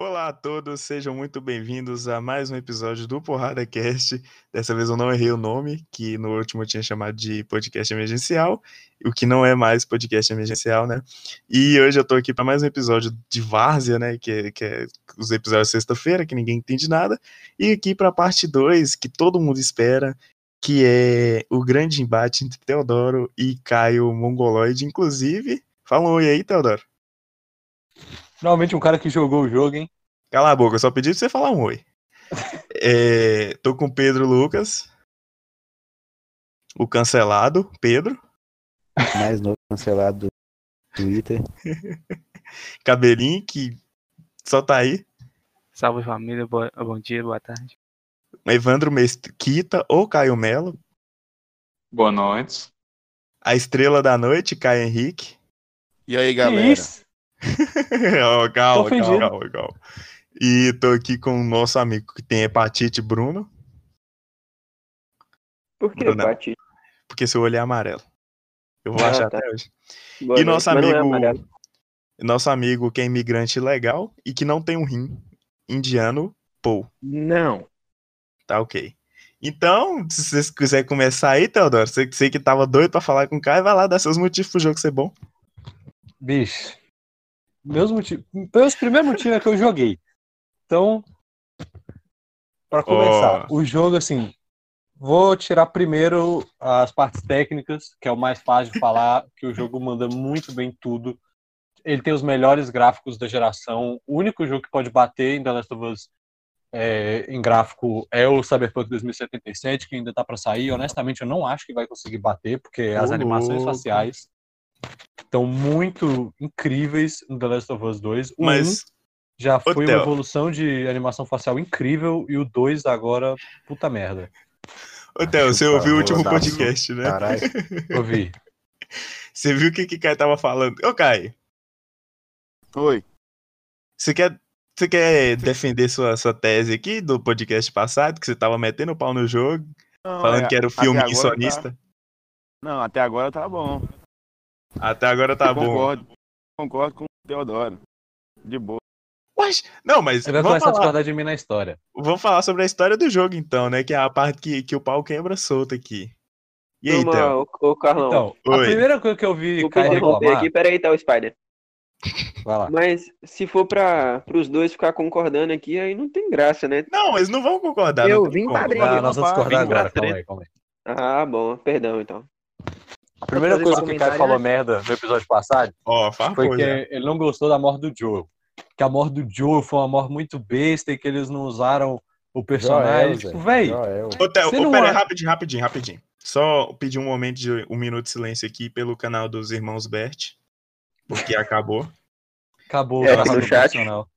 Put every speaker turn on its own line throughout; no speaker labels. Olá a todos, sejam muito bem-vindos a mais um episódio do Porrada Cast. Dessa vez eu não errei o nome, que no último eu tinha chamado de podcast emergencial, o que não é mais podcast emergencial, né? E hoje eu tô aqui para mais um episódio de Várzea, né? Que, é- que é os episódios sexta-feira, que ninguém entende nada. E aqui para a parte 2, que todo mundo espera, que é o grande embate entre Teodoro e Caio Mongoloide, inclusive. Fala um oi aí, Teodoro.
Finalmente um cara que jogou o jogo, hein?
Cala a boca, eu só pedi pra você falar um oi. É, tô com o Pedro Lucas. O cancelado, Pedro.
mais novo cancelado do Twitter.
Cabelinho, que só tá aí.
Salve família, boa- bom dia, boa tarde.
Evandro Mesquita ou Caio Melo.
Boa noite.
A estrela da noite, Caio Henrique.
E aí,
Que
galera?
isso?
Ó, calma, calma,
ofendido.
calma, calma. E tô aqui com o nosso amigo que tem hepatite, Bruno,
Por que
Bruna.
Pati?
porque seu olho é amarelo. Eu vou
Ah,
achar
tá.
até hoje. E
Boa noite.
nosso
Meu nome é
amigo-
Amarelo.
Nosso amigo que é imigrante legal e que não tem um rim. Indiano, Paul.
Não.
Tá ok. Então, se vocês quiserem começar aí, Teodoro, você, você que tava doido pra falar com o Caio, vai lá dar seus motivos pro jogo ser bom.
Bicho. Meus motivos. Meus primeiros motivos é que eu joguei. Então, pra começar, o jogo assim. Vou tirar primeiro as partes técnicas, que é o mais fácil de falar, que o jogo manda muito bem tudo. Ele tem os melhores gráficos da geração. O único jogo que pode bater em The Last of Us é, em gráfico é o Cyberpunk 2077, que ainda tá pra sair. Honestamente, eu não acho que vai conseguir bater, porque as
Ô,
animações
louco.
faciais estão muito incríveis no The Last of Us 2.
Uhum.
O um
Mas,
já foi
Theo.
uma evolução de animação facial incrível e o 2 agora, puta merda.
ô Theo, você
Chupa,
ouviu o último
rodaço.
podcast, né?
Caralho.
Eu vi.
Você viu o que que o Caio tava falando? Ô, Caio,
Oi.
você quer, você quer defender sua, sua tese aqui do podcast passado, que você tava metendo o pau no jogo,
Não,
falando
é-
que era o
até
filme
agora
insonista?
tá- Não, até agora tá bom.
Até agora tá bom.
concordo, Concordo com o Teodoro. De boa.
Mas, não, mas
Você vai
vamos
começar a
falar,
discordar de mim na história.
vamos falar sobre a história do jogo, então, né? Que é a parte que, que o pau quebra solto aqui. E aí,
Toma,
Theo?
ô, ô, Carlão.
Então,
Oi.
a primeira coisa que eu vi
Desculpa
Caio
interromper
reclamar... Tá.
aqui. Peraí, tá, o Spider.
Vai lá.
Mas se for pra, pros dois ficar concordando aqui, aí não tem graça, né?
Não, eles não vão concordar.
Eu
não tem
vim
como.
padrinho.
Ah, nós vamos discordar
vem pra
agora, calma
treta.
aí, calma aí.
Ah, bom. Perdão, então.
A primeira
fazer
coisa que o
comentário
Caio falou
antes?
merda no episódio passado
Ó, faz
foi que
coisa.
ele não gostou da morte do Joe. Que a morte do Joe foi uma morte muito besta e que eles não usaram o personagem.
Joel, Zé.
Tipo, véi,
Joel.
Ô, Theo,
Você
ô,
não
pera, aí,
acha-
rapidinho, rapidinho, rapidinho. Só pedir um momento de um minuto de silêncio aqui pelo canal dos irmãos Bert, porque acabou.
acabou o
É,
trabalho
no chat.
profissional.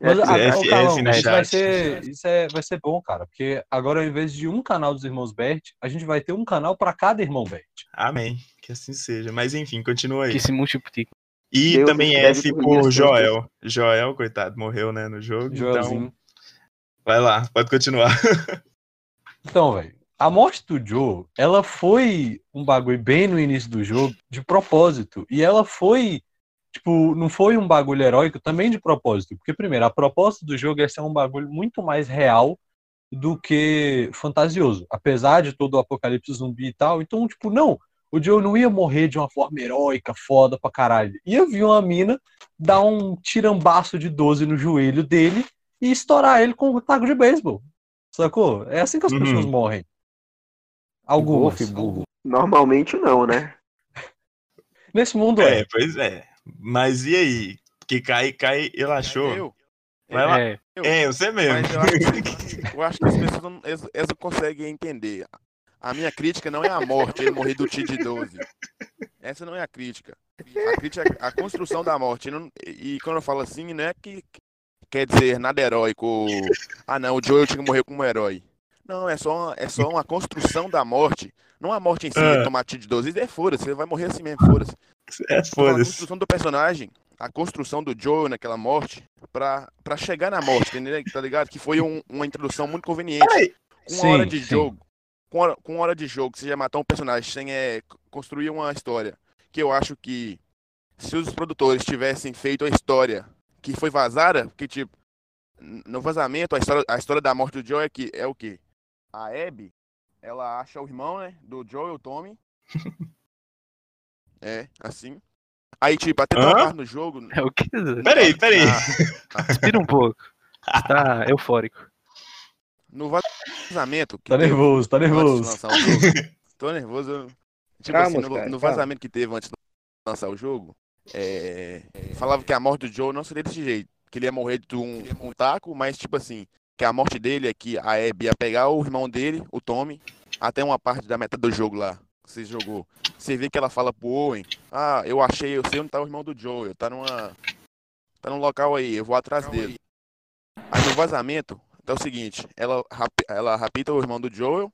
Mas,
É,
ah,
é,
ô,
é,
Carlão,
é, no
isso, vai
chat.
ser, isso é, vai ser bom, cara. Porque agora, ao invés de um canal dos irmãos Bert, a gente vai ter um canal pra cada irmão Bert.
Amém. Que assim seja. Mas enfim, continua aí.
Que se multiplica.
E
Deus é
também é
escreve
F
por
por
minhas
Joel. Joel, coitado, morreu, né, no jogo. Então,
Joelzinho.
vai lá, pode continuar.
Então, velho, a morte do Joe, ela foi um bagulho bem no início do jogo, de propósito. E ela foi, tipo, não foi um bagulho heróico também de propósito. Porque, primeiro, a proposta do jogo é ser um bagulho muito mais real do que fantasioso. Apesar de todo o apocalipse zumbi e tal. Então, tipo, não. O Joe não ia morrer de uma forma heróica, foda pra caralho. Ia vir uma mina dar um tirambaço de 12 no joelho dele e estourar ele com um taco de beisebol. Sacou? É assim que as
Uhum.
pessoas morrem. Algumas.
Golfe burro.
Normalmente não, né?
Nesse mundo é.
É, pois é. Mas e aí? Que cai, cai, ele achou.
Eu,
Vai lá.
É,
É, você mesmo.
mas eu acho, que- eu acho que as pessoas não, elas, elas não conseguem entender. A minha crítica não é a morte, ele morrer do tiro de 12. Essa não é a crítica. A crítica é a construção da morte. Não- e quando eu falo assim, não é que que quer dizer nada heróico. ou, Ah, não, o Joel tinha que morrer como um herói. Não, é só, é só uma construção da morte. Não a morte em si,
Ah.
tomar tiro de 12. Isso é foda-se, você vai morrer assim mesmo, foda-se.
É,
Tô tá falando A
foda-se.
construção do personagem, a construção do Joel naquela morte, pra, pra chegar na morte, entendeu? Tá ligado? Que foi um- uma introdução muito conveniente.
Ai,
Com
sim,
uma hora de
sim.
jogo, com hora, com hora de jogo, você já matar um personagem sem é, c- construir uma história. Que eu acho que se os produtores tivessem feito a história que foi vazada, que tipo, No vazamento, a história, a história da morte do Joel é, que, é o quê? A Abby, ela acha o irmão, né? Do Joel, o Tommy. é, assim. Aí, tipo, até tem uma
Hã?
parte no jogo.
É o que?
Peraí, peraí.
Respira um pouco. Você Tá eufórico.
No vazamento. que
Tá
teve-
nervoso, tá
antes de
nervoso.
lançar o jogo. Tô nervoso. eu- Tipo
Calma,
assim, no,
Oscar,
no
calma.
vazamento que teve antes de lançar o jogo, é, falava que a morte do Joe não seria desse jeito. Que ele ia morrer de um, um taco, mas tipo assim, que a morte dele é que a Abby ia pegar o irmão dele, o Tommy, até uma parte da metade do jogo lá. que Você jogou. Você vê que ela fala pro Owen, ah, eu achei, eu sei onde tá o irmão do Joe, tá numa. Tá num local aí, eu vou atrás dele. Aí no vazamento, é o seguinte, ela, rapi- ela rapita o irmão do Joel,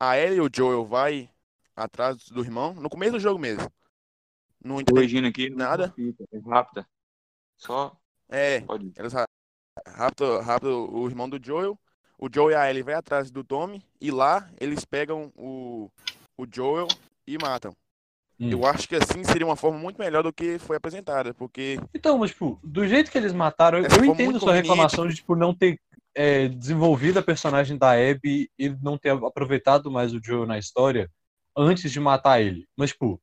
a Ellie e o Joel vai atrás do irmão, no começo do jogo mesmo. Não entende
Corrigindo aqui. não
Nada.
confia, É rápida. Só
É,
pode.
eles ra- raptam, raptam o irmão do Joel. O Joel e a Ellie vai atrás do Tommy e lá eles pegam o, o Joel e matam.
Hum.
Eu acho que assim seria uma forma muito melhor do que foi apresentada, porque
Então, mas, tipo, do jeito que eles mataram, eu,
Essa
eu
foi
entendo
É, muito
sua
conveniente.
reclamação de, tipo, não ter é, desenvolvido a personagem da Abby e não ter aproveitado mais o Joe na história antes de matar ele. Mas, tipo,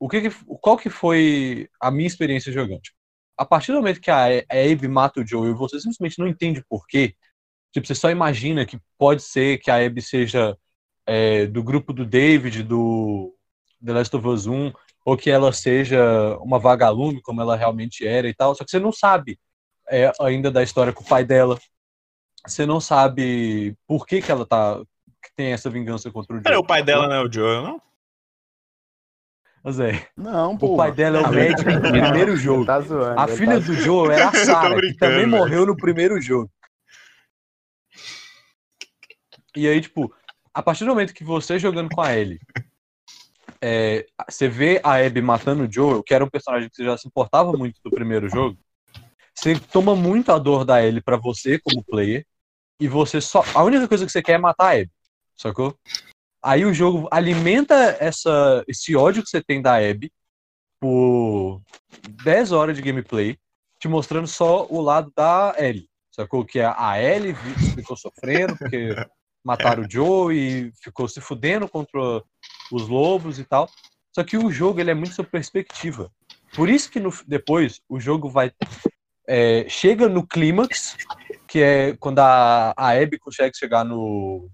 o que que- qual que foi a minha experiência jogando? Tipo, a partir do momento que a, a Abby mata o Joe e você simplesmente não entende por quê, tipo, você só imagina que pode ser que a Abby seja é, do grupo do David, do The Last of Us 1, ou que ela seja uma vagalume, como ela realmente era e tal. Só que você não sabe é, ainda da história com o pai dela. Você não sabe por que, que ela tá. que tem essa vingança contra o Joe.
Peraí, o pai dela não é o Joel, não?
Mas é,
não,
o pai dela é o médico do primeiro jogo.
Tá zoando.
A filha do Joe era a
é Tô
Sarah, que
brincando,
também
velho.
morreu no primeiro jogo. E aí, tipo, a partir do momento que você jogando com a Ellie, é, você vê a Abby matando o Joe, que era um personagem que você já se importava muito do primeiro jogo, você toma muito a dor da Ellie pra você como player, e você só. A única coisa que você quer é matar a Abby, sacou? Aí o jogo alimenta essa, esse ódio que você tem da Abby por 10 horas de gameplay, te mostrando só o lado da Ellie. Sacou? Que é a Ellie vi- ficou sofrendo, porque mataram o Joe e ficou se fudendo contra os lobos e tal. Só que o jogo ele é muito sua perspectiva. Por isso que no- depois o jogo vai. é, chega no clímax, que é quando a, a Abby consegue chegar no,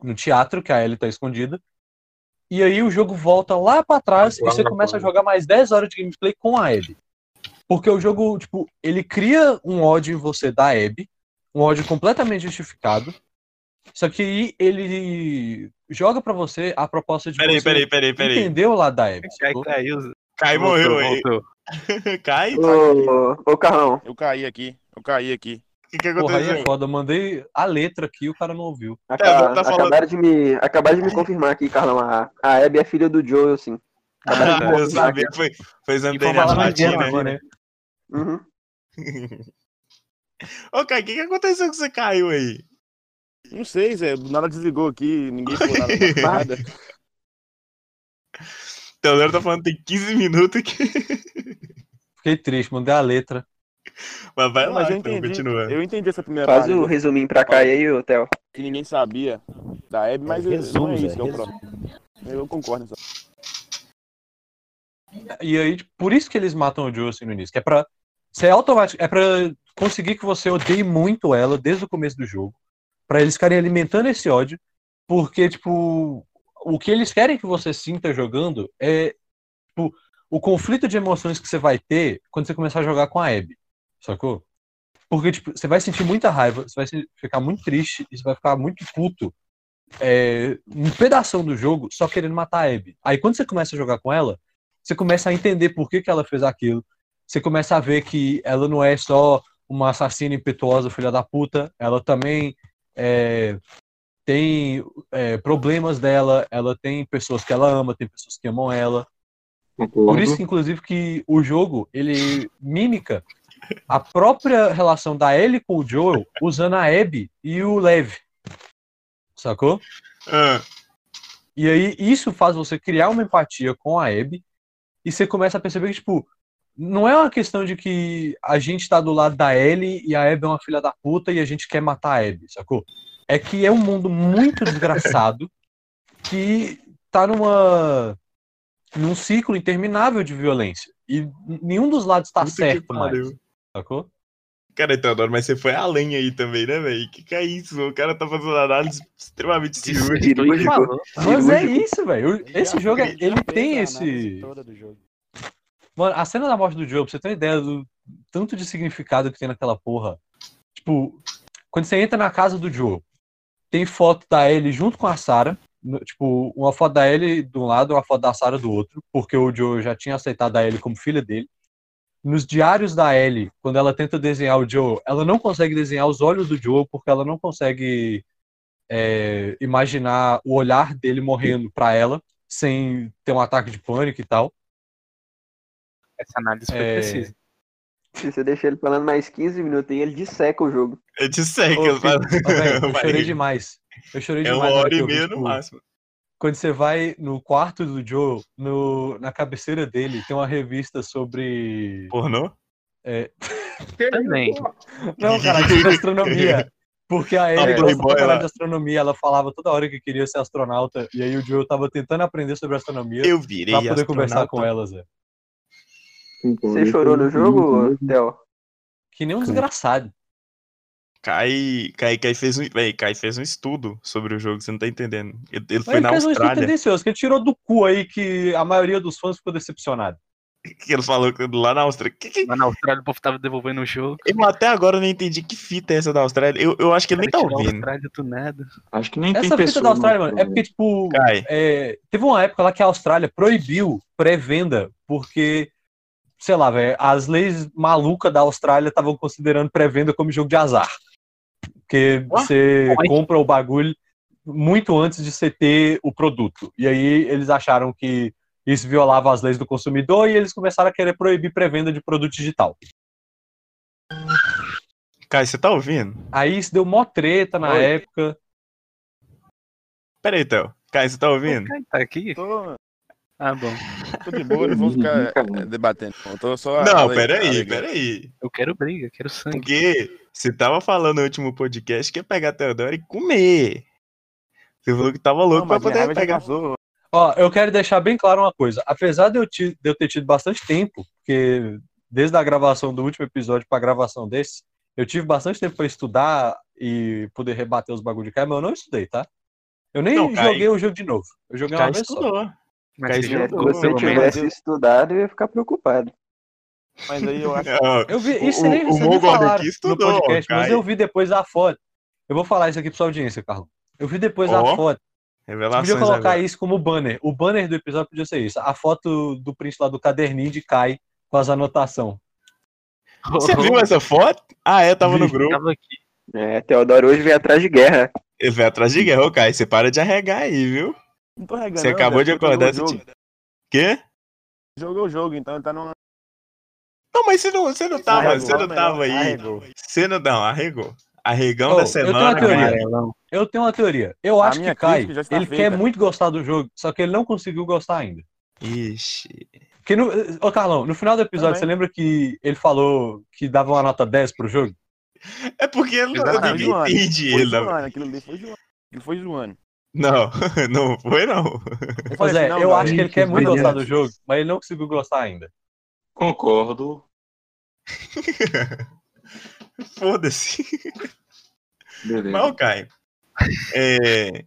no teatro, que a Ellie tá escondida. E aí o jogo volta lá pra trás e você começa a jogar mais 10 horas de gameplay com a Abby. Porque o jogo, tipo, ele cria um ódio em você da Abby, um ódio completamente justificado. Só que aí ele joga pra você a proposta de
Peraí,
você
peraí, peraí, peraí.
entendeu lá da Abby.
Cai,
sacou?
caiu.
Cai morreu aí.
voltou.
Cai?
Ô, ô Carlão,
Eu caí aqui, eu caí aqui.
O que, que
Porra, aí é
aconteceu?
foda. Eu mandei a letra aqui e o cara não ouviu.
aca-
bom, tá falando-
acabaram, de me, acabaram de me confirmar aqui, Carlão. A, a Abby é filha do Joel, sim.
Ah,
né?
Acabaram de
eu
confirmar aqui.
sabia que foi, foi exame da
Informação interna
latina.
aqui, né?
Uhum.
Ô, Kai, o que, que aconteceu que você caiu aí?
Não sei, Zé, do nada desligou aqui, ninguém falou nada. nada.
O Teodoro tá falando que tem 15 minutos que.
Fiquei triste, mandei a letra.
Mas vai
Não,
lá,
mas eu
então,
entendi.
continua.
Eu entendi essa primeira
Faz
parte
o resuminho pra cá e aí, ô Theo.
que ninguém sabia da Abby,
É,
mas não
resumo,
é
Zé,
isso que é o
resumo.
problema. Eu concordo nessa.
E aí, tipo, por isso que eles matam o Joe assim no início. Que é pra ser automático. É pra conseguir que você odeie muito ela desde o começo do jogo. Pra eles ficarem alimentando esse ódio. Porque, tipo, o que eles querem que você sinta jogando é tipo, o conflito de emoções que você vai ter quando você começar a jogar com a Abby. Sacou? Porque, tipo, você vai sentir muita raiva, você vai se- ficar muito triste, e você vai ficar muito puto. É, um pedação do jogo só querendo matar a Abby. Aí quando você começa a jogar com ela, você começa a entender por que, que ela fez aquilo. Você começa a ver que ela não é só uma assassina impetuosa, filha da puta. Ela também é, tem é, problemas dela. Ela tem pessoas que ela ama, tem pessoas que amam ela. Por isso, inclusive, que o jogo ele mímica a própria relação da Ellie com o Joel usando a Abby e o Lev. Sacou?
Ah,
E aí isso faz você criar uma empatia com a Abby e você começa a perceber que, tipo, não é uma questão de que a gente tá do lado da Ellie e a Abby é uma filha da puta e a gente quer matar a Abby, sacou? É que é um mundo muito desgraçado que tá numa num ciclo interminável de violência e nenhum dos lados tá
Puta que
certo
pariu.
mais, sacou?
Cara, então, Dora, mas você foi além aí também, né, velho? Que que é isso? O cara tá fazendo análise extremamente cirúrgica.
Tô te falando.
Mas é isso, velho. Esse jogo é-
ele
ele tem esse Mano, a cena da morte do Joe, pra você ter uma ideia do tanto de significado que tem naquela porra. Tipo, quando você entra na casa do Joe, tem foto da Ellie junto com a Sarah. no- Tipo, uma foto da Ellie de um lado e uma foto da Sarah do outro, porque o Joe já tinha aceitado a Ellie como filha dele. Nos diários da Ellie, quando ela tenta desenhar o Joe, ela não consegue desenhar os olhos do Joe porque ela não consegue é, imaginar o olhar dele morrendo pra ela sem ter um ataque de pânico e tal.
Essa análise foi
É.
precisa.
Se você deixa ele falando mais 15 minutos e ele disseca o jogo.
É de seca,
Ô, filho, Ô, velho, eu
Vai.
chorei demais. Eu chorei
É
demais.
uma
na
hora
que
e
eu vi,
meia
tipo,
no máximo.
Quando você vai no quarto do Joe, no, na cabeceira dele, tem uma revista sobre.
Pornô?
Também.
Não, cara, sobre astronomia. Porque a Ellie
Playboy
gosta pra caralho
Tá lá.
de astronomia, ela falava toda hora que queria ser astronauta, e aí o Joe tava tentando aprender sobre astronomia
Eu virei
pra poder
astronauta.
conversar com ela, Zé.
Você chorou no jogo, Theo?
Que nem um desgraçado.
Kai, Kai, Kai, fez um, véi, Kai fez um estudo sobre o jogo, você não tá entendendo. Ele, ele
Mas
foi
ele
na
fez um estudo
Austrália,
tendencioso, que ele tirou do cu aí que a maioria dos fãs ficou decepcionado.
que ele falou que lá na Austrália. Que, que-
Lá na Austrália o povo tava devolvendo o jogo.
eu até agora não entendi que fita é essa da Austrália. Eu, eu acho que ele nem tá
Tirar a
ouvindo. Tá
Austrália do nada.
Acho que nem tem
Essa
pessoa.
fita da Austrália, mano, é porque, tipo,
Kai,
É, teve uma época lá que a Austrália proibiu pré-venda, porque, sei lá, velho, as leis malucas da Austrália estavam considerando pré-venda como jogo de azar. Porque
Ué?
você
Ué?
compra o bagulho muito antes de você ter o produto. E aí eles acharam que isso violava as leis do consumidor e eles começaram a querer proibir pré-venda de produto digital.
Kai, você tá ouvindo?
Aí isso deu mó treta na
Oi.
época.
Pera aí, Theo. Kai, você tá ouvindo?
Ai, tá aqui?
Tô,
Ah, bom.
tô de boa, não vamos ficar eh, debatendo. Eu tô só. né?
Não,
ale-
peraí,
alegre.
peraí.
Eu quero briga, quero sangue.
Porque você tava falando no último podcast que ia pegar a Teodora e comer. Você falou que tava louco
Não,
pra
mas é minha
poder
raiva já
pegar.
passou.
Ó, eu quero deixar bem claro uma coisa. Apesar de eu, ti- de eu ter tido bastante tempo, porque desde a gravação do último episódio pra gravação desse, eu tive bastante tempo pra estudar e poder rebater os bagulho de Caio, mas eu não estudei, tá? Eu nem
Não, Caio-
joguei o jogo de novo. Eu joguei
Kai
uma vez só.
estudou.
Mas
Cai
você
de
já
novo.
Se
jogou,
você
pelo menos.
tivesse estudado, eu ia ficar preocupado.
Mas aí eu acho
Não,
Eu vi,
O-
isso nem
o- o
vocês nem
Mogol
falaram
aqui
no
estudou,
podcast, mas
Caio.
eu vi depois a foto. Eu vou falar isso aqui pra sua audiência, Carlos. Eu vi depois a
Ó,
foto. Um Você
Revelações
podia colocar
agora.
isso como banner. O banner do episódio podia ser isso. A foto do print lá do caderninho de Kai com as anotações.
Você viu essa foto? Ah, é, tava no
Vi,
grupo.
Tava aqui.
É, Teodoro hoje veio atrás de guerra. né?
Ele vai atrás de guerra, ô, Kai. Você para de arregar aí, viu?
Não tô regando,
Você
não,
acabou
Zé,
de
porque eu
acordar.
joguei
Você
o
tinha... Quê?
jogo. Jogou o jogo, então ele tá numa.
Não, mas você não, você não tava,
Arregou,
você não
melhor,
tava aí.
arregou.
Você não, não, arregou. Arregão
Ô,
da
eu tenho
semana.
uma teoria.
Amarelão.
Eu tenho uma teoria. Eu
A
acho
minha
que Kai,
crítica já está
ele
feita.
quer muito gostar do jogo, só que ele não conseguiu gostar ainda.
Ixi.
Porque no, ô Carlão, no final do episódio,
Também.
você lembra que ele falou que dava uma nota 10 pro jogo?
É porque ele não,
Exatamente.
ninguém
Joana,
entende
tá
ele.
Foi
é na-
zoando, aquilo ali foi zoando. Ele foi zoando.
Não, não foi não.
Pois
Eu falei
é,
assim, não,
eu
não,
acho que ele quer muito
brilhantes.
gostar do jogo, mas ele não conseguiu gostar ainda.
Concordo.
Foda-se.
Beleza.
Mas, ô, Caio, é...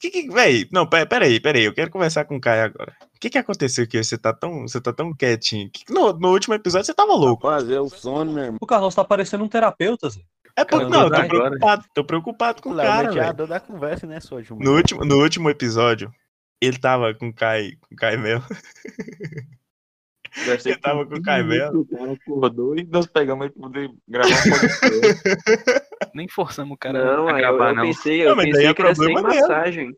Que que, véi, não, pe- peraí, peraí, eu quero conversar com o Caio agora. O que que aconteceu que você tá tão, você tá tão quietinho? Que que no, no último episódio você tava louco.
Rapaz, é o sono, meu irmão.
O Carlão tá parecendo um terapeuta, Zé.
É porque,
Cara,
não, eu tô
agora-
preocupado, tô preocupado com o cara, velho.
da conversa, né, só, Gilmar?
No último, no último episódio, ele tava com o Caio, com o Caio mesmo.
Deve ser
Você tava com o Caimelo.
O cara acordou e nós pegamos ele pra poder gravar um podcast.
Nem forçamos o cara
Não,
a
eu,
gravar,
eu
não.
pensei, eu
Não, mas daí
pensei
é
que era sem
problema dela.
massagem.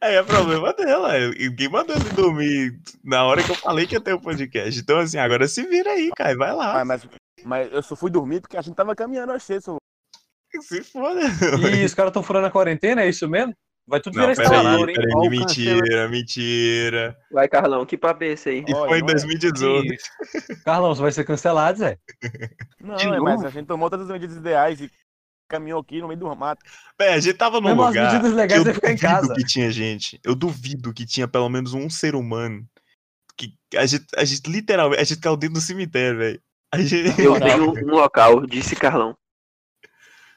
Aí é problema dela. eu- Ninguém mandou ele dormir na hora que eu falei que ia ter o podcast. Então, assim, agora se vira aí, Caio, vai lá.
Ah, mas, mas eu só fui dormir porque a gente tava caminhando, eu achei, só.
Se foda.
E os caras estão furando a quarentena, é isso mesmo? Vai tudo virar
Não,
esse
peraí,
calor, hein?
peraí,
Olha o
mentira, mentira.
Vai, Carlão, que papo é esse aí?
E
Olha,
foi em
olha.
2018.
Isso.
Carlão, você vai ser cancelado, Zé.
Não,
De
é, mas
novo?
a gente tomou todas as medidas ideais e caminhou aqui no meio do mato.
Bem, a gente tava num
Mesmo as
lugar.
medidas
que eu
legais é ficar em
duvido
casa.
que tinha gente. Eu duvido que tinha pelo menos um ser humano. Que a gente, a gente literalmente, a gente caiu dentro do cemitério, velho. A gente.
Eu tenho um local, disse Carlão.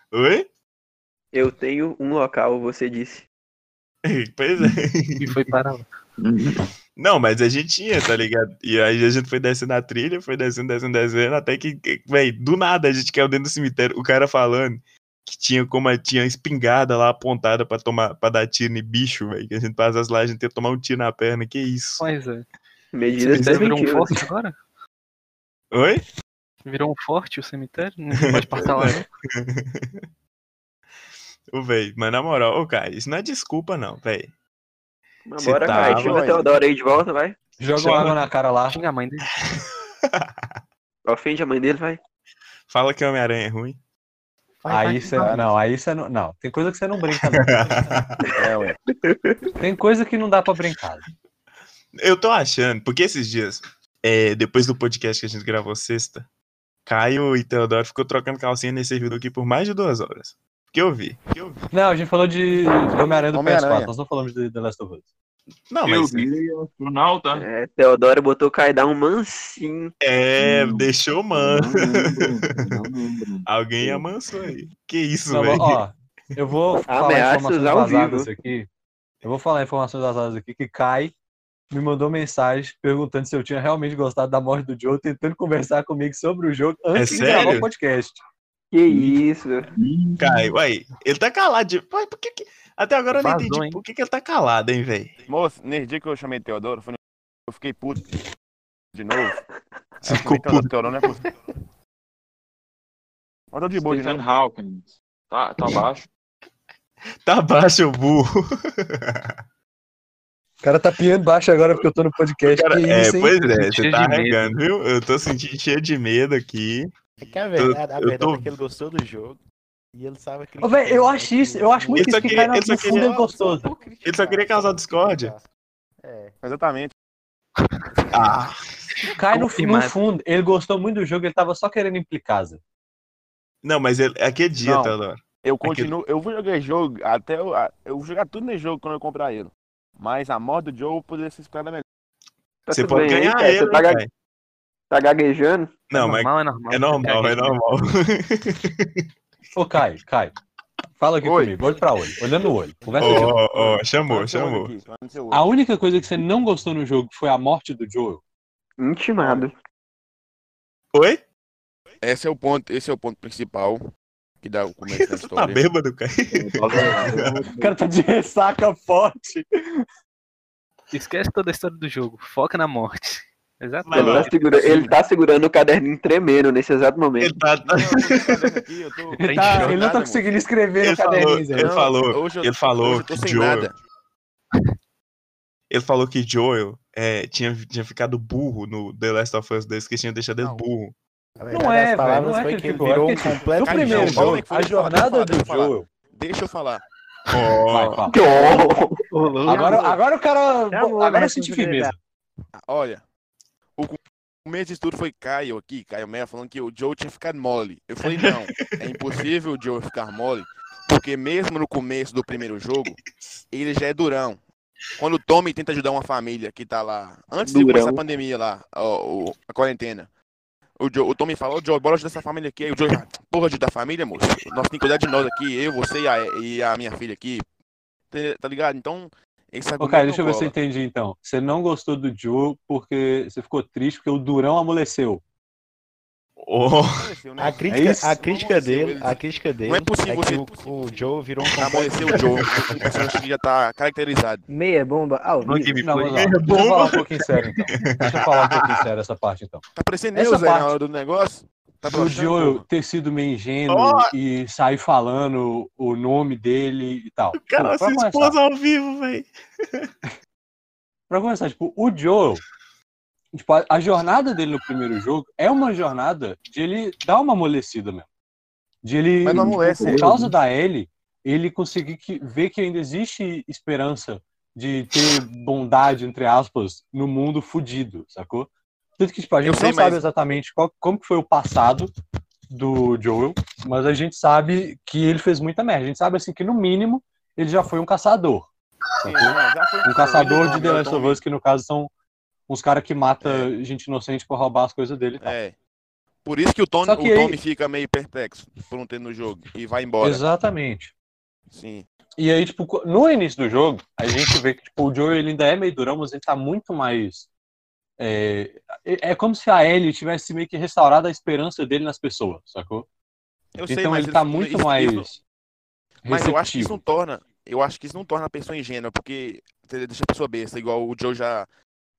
Oi?
Eu tenho um local, você disse.
Pois é.
E foi para lá.
Uhum.
Não, mas a gente tinha, tá ligado? E aí a gente foi descendo a trilha, foi descendo, descendo, descendo, até que, velho, do nada a gente caiu dentro do cemitério. O cara falando que tinha como tinha espingarda lá apontada pra tomar, para dar tiro em bicho, velho. Que a gente passasse lá, a gente ia tomar um tiro na perna. Que isso?
Mas é.
Medidas
Você
Você virou um
preventivas.
forte agora?
Oi?
Virou um forte o cemitério? Ninguém pode passar lá, né? não?
Ô, velho, mas na moral, ô, cara, isso não é desculpa, não, velho.
Mas
Você
bora,
tá,
vai. Chama
vai.
a Teodoro aí de volta, vai.
Joga
Chama.
uma água na cara lá.
Xinga a mãe dele.
Ofende a mãe dele, vai.
Fala que Homem-Aranha é ruim.
Vai,
aí
vai,
você.
vai.
Não, aí você não. Não, tem coisa que você não brinca, não.
É, ué.
Tem coisa que não dá pra brincar.
Eu tô achando, porque esses dias, é, depois do podcast que a gente gravou sexta, Caio e Teodoro ficou trocando calcinha nesse servidor aqui por mais de duas horas. Que eu vi. Que eu vi.
Não, a gente falou de Homem-Aranha do
Homem-Aranha.
PS4, nós não falamos de The Last of Us.
Não,
Eu
mas.
vi astronauta.
É, Teodoro botou Caidar um mansinho.
É, deixou mano.
Não lembro, não lembro.
Alguém amansou aí. Que isso,
Não,
velho.
ó, eu vou falar
Ameaças
informações
ao
vazadas
vivo.
aqui. Eu vou falar informações vazadas aqui que Kai me mandou mensagem perguntando se eu tinha realmente gostado da morte do Joe, tentando conversar comigo sobre o jogo antes
É
de gravar
sério?
o podcast.
Que isso.
Caio, aí. Ele tá calado. De... Ué, por que que- Até agora eu não
Vazou,
entendi
hein?
por que, que ele tá calado, hein, velho.
Moço, nesse dia que eu chamei Teodoro, foi no- eu fiquei puto de novo. Aí
Você
eu
ficou
chamei
puto.
Teodoro, Teodoro não é possível. Mas tô de boa de
é.
Stephen
novo.
Hawking. Tá, tá baixo.
Tá baixo, eu burro.
O cara tá piando baixo agora porque eu tô no podcast.
Cara,
que
é,
isso, hein?
pois é,
Cheio
você
de
tá
medo.
arregando, viu? Eu tô sentindo cheio de medo aqui.
É que a verdade, a
eu
verdade
tô-
é que ele gostou do jogo. E ele sabe que.
Ô, véi, eu acho isso- eu acho muito
Ele só
isso que
queria-
cai na-
ele só
no fundo
queria-
é gostoso.
Ele só queria causar discórdia.
É.
Exatamente.
Ah,
Kai no, no
Confirmado.
fundo, ele gostou muito do jogo, ele tava só querendo implicar. Zé.
não, mas ele, aqui é dia,
Não.
Teodoro.
tá
Eu continuo, eu vou jogar jogo até eu, a- eu vou jogar tudo nesse jogo quando eu comprar ele. Mas a moda do jogo poderia ser explicada melhor.
Tá
você
tudo
pode
bem aí,
ganhar
cara?
ele,
Você tá, ga-
velho.
tá gaguejando?
Não, mas
normal, é normal.
é
tá
normal, é normal.
Ô, Kai, Kai, fala aqui
Oi.
comigo, olho pra olho, olhando no olho.
Tá
Conversa de
Ó, ó, ó, chamou,
Olha seu olho
chamou.
aqui, olha seu olho.
A única coisa que você não gostou no jogo foi a morte do Joel.
Intimado.
Oi?
Esse é o ponto, esse é o ponto principal que dá o começo da
Você tá
história.
bêbado, cara?
O cara tá de ressaca forte.
Esquece toda a história do jogo. Foca na morte.
Vai
Ele
lá.
Exatamente.
tá, segura- ele tá segurando o caderninho tremendo nesse exato momento.
assim, Ele, tá,
Não, eu tô fazendo aqui, eu tô-
Ele
Ele,
tá-
tá- ele não tá conseguindo escrever
Ele
no caderninho,
falou-
né? Zé.
ele
Não,
falou-
hoje eu-
ele falou
hoje eu tô
que
sem
Joel-
nada.
ele falou que Joel é, tinha, tinha ficado burro no The Last of Us 2, que tinha deixado ele
Não.
burro.
A verdade,
Não é,
as
velho,
palavras
não é
foi
que ele
que ele
ficou, é
virou um
que ele-
completo
No primeiro
idiota.
jogo, a jornada do
Fala,
Joel.
Deixa eu falar.
Vai,
Ó,
fala.
Oh,
Agora, agora o cara.
Tá bom,
agora
né,
eu senti
tudo
firmeza.
Olha, o cu- começo de tudo foi Caio aqui, Caio Meia, falando que o Joe tinha ficado mole. Eu falei, não, é impossível o Joe ficar mole, porque mesmo no começo do primeiro jogo, ele já é durão. Quando o Tommy tenta ajudar uma família que tá lá, antes de começar a
Durão.
pandemia lá, ó, o- a quarentena, o, Joe, o Tommy fala, ô Joe, bora ajudar essa família aqui. Aí o Joe já, porra, ajudar a família, moço. Nós temos que cuidar de nós aqui, eu, você e a, e a minha filha aqui. Tá- Tá ligado? Então, esse
Ô,
argumento
Kai,
não
deixa eu ver se eu
cola.
entendi então. Você não gostou do Joel porque você ficou triste porque o Durão amoleceu.
ó,
Apareceu, né?
A
É
crítica,
isso?
a crítica dele,
Ele-
a crítica dele
Não é possível
que
você-
o, o Joe virou um completo
Amoleceu o jogo, um personagem que já tá caracterizado.
Meia bomba
um
ao
Não,
vivo.
Não, mas, ó,
É
deixa eu
bom.
falar um pouquinho sério então. Deixa eu falar um pouquinho sério essa parte então.
Tá parecendo
Essa
eu, Zé,
parte
na hora do negócio? Tá
do
broxando,
Joel
porra.
ter sido meio ingênuo e sair falando o nome dele e tal.
o cara
Pô, pra
se
começar-
expôs ao vivo, velho.
Pra começar, tipo, o Joel, tipo, a, a jornada dele no primeiro jogo é uma jornada de ele dar uma amolecida mesmo. De ele,
Mas não amolece
por
ele.
causa da Ellie, ele conseguir que, ver que ainda existe esperança de ter bondade, entre aspas, no mundo fudido, sacou? Tanto que tipo, a gente
sei,
não sabe
mas-
exatamente qual, como que foi o passado do Joel, mas a gente sabe que ele fez muita merda. A gente sabe, assim, que no mínimo ele já foi um caçador.
Sim, não, já foi
Um caçador de
Tommy,
né,
The Last of
Tommy.
Us, que no caso são uns caras que mata gente inocente pra roubar as coisas dele e tal.
É. Por isso que o Tommy,
Só que
o
aí-
Tommy fica meio perplexo por não ter no jogo e vai embora.
Exatamente.
Sim.
E aí, tipo, co- no início do jogo, a gente vê que tipo, o Joel ele ainda é meio durão, mas ele tá muito mais. É, é é como se a Ellie tivesse meio que restaurado a esperança dele nas pessoas, sacou?
Eu sei,
então
mas
ele tá
isso-
muito
isso-
mais.
isso- Mas eu acho que
receptivo.
isso é não torna. Eu acho que isso não torna a pessoa ingênua, porque você deixa a pessoa besta, igual o Joe já.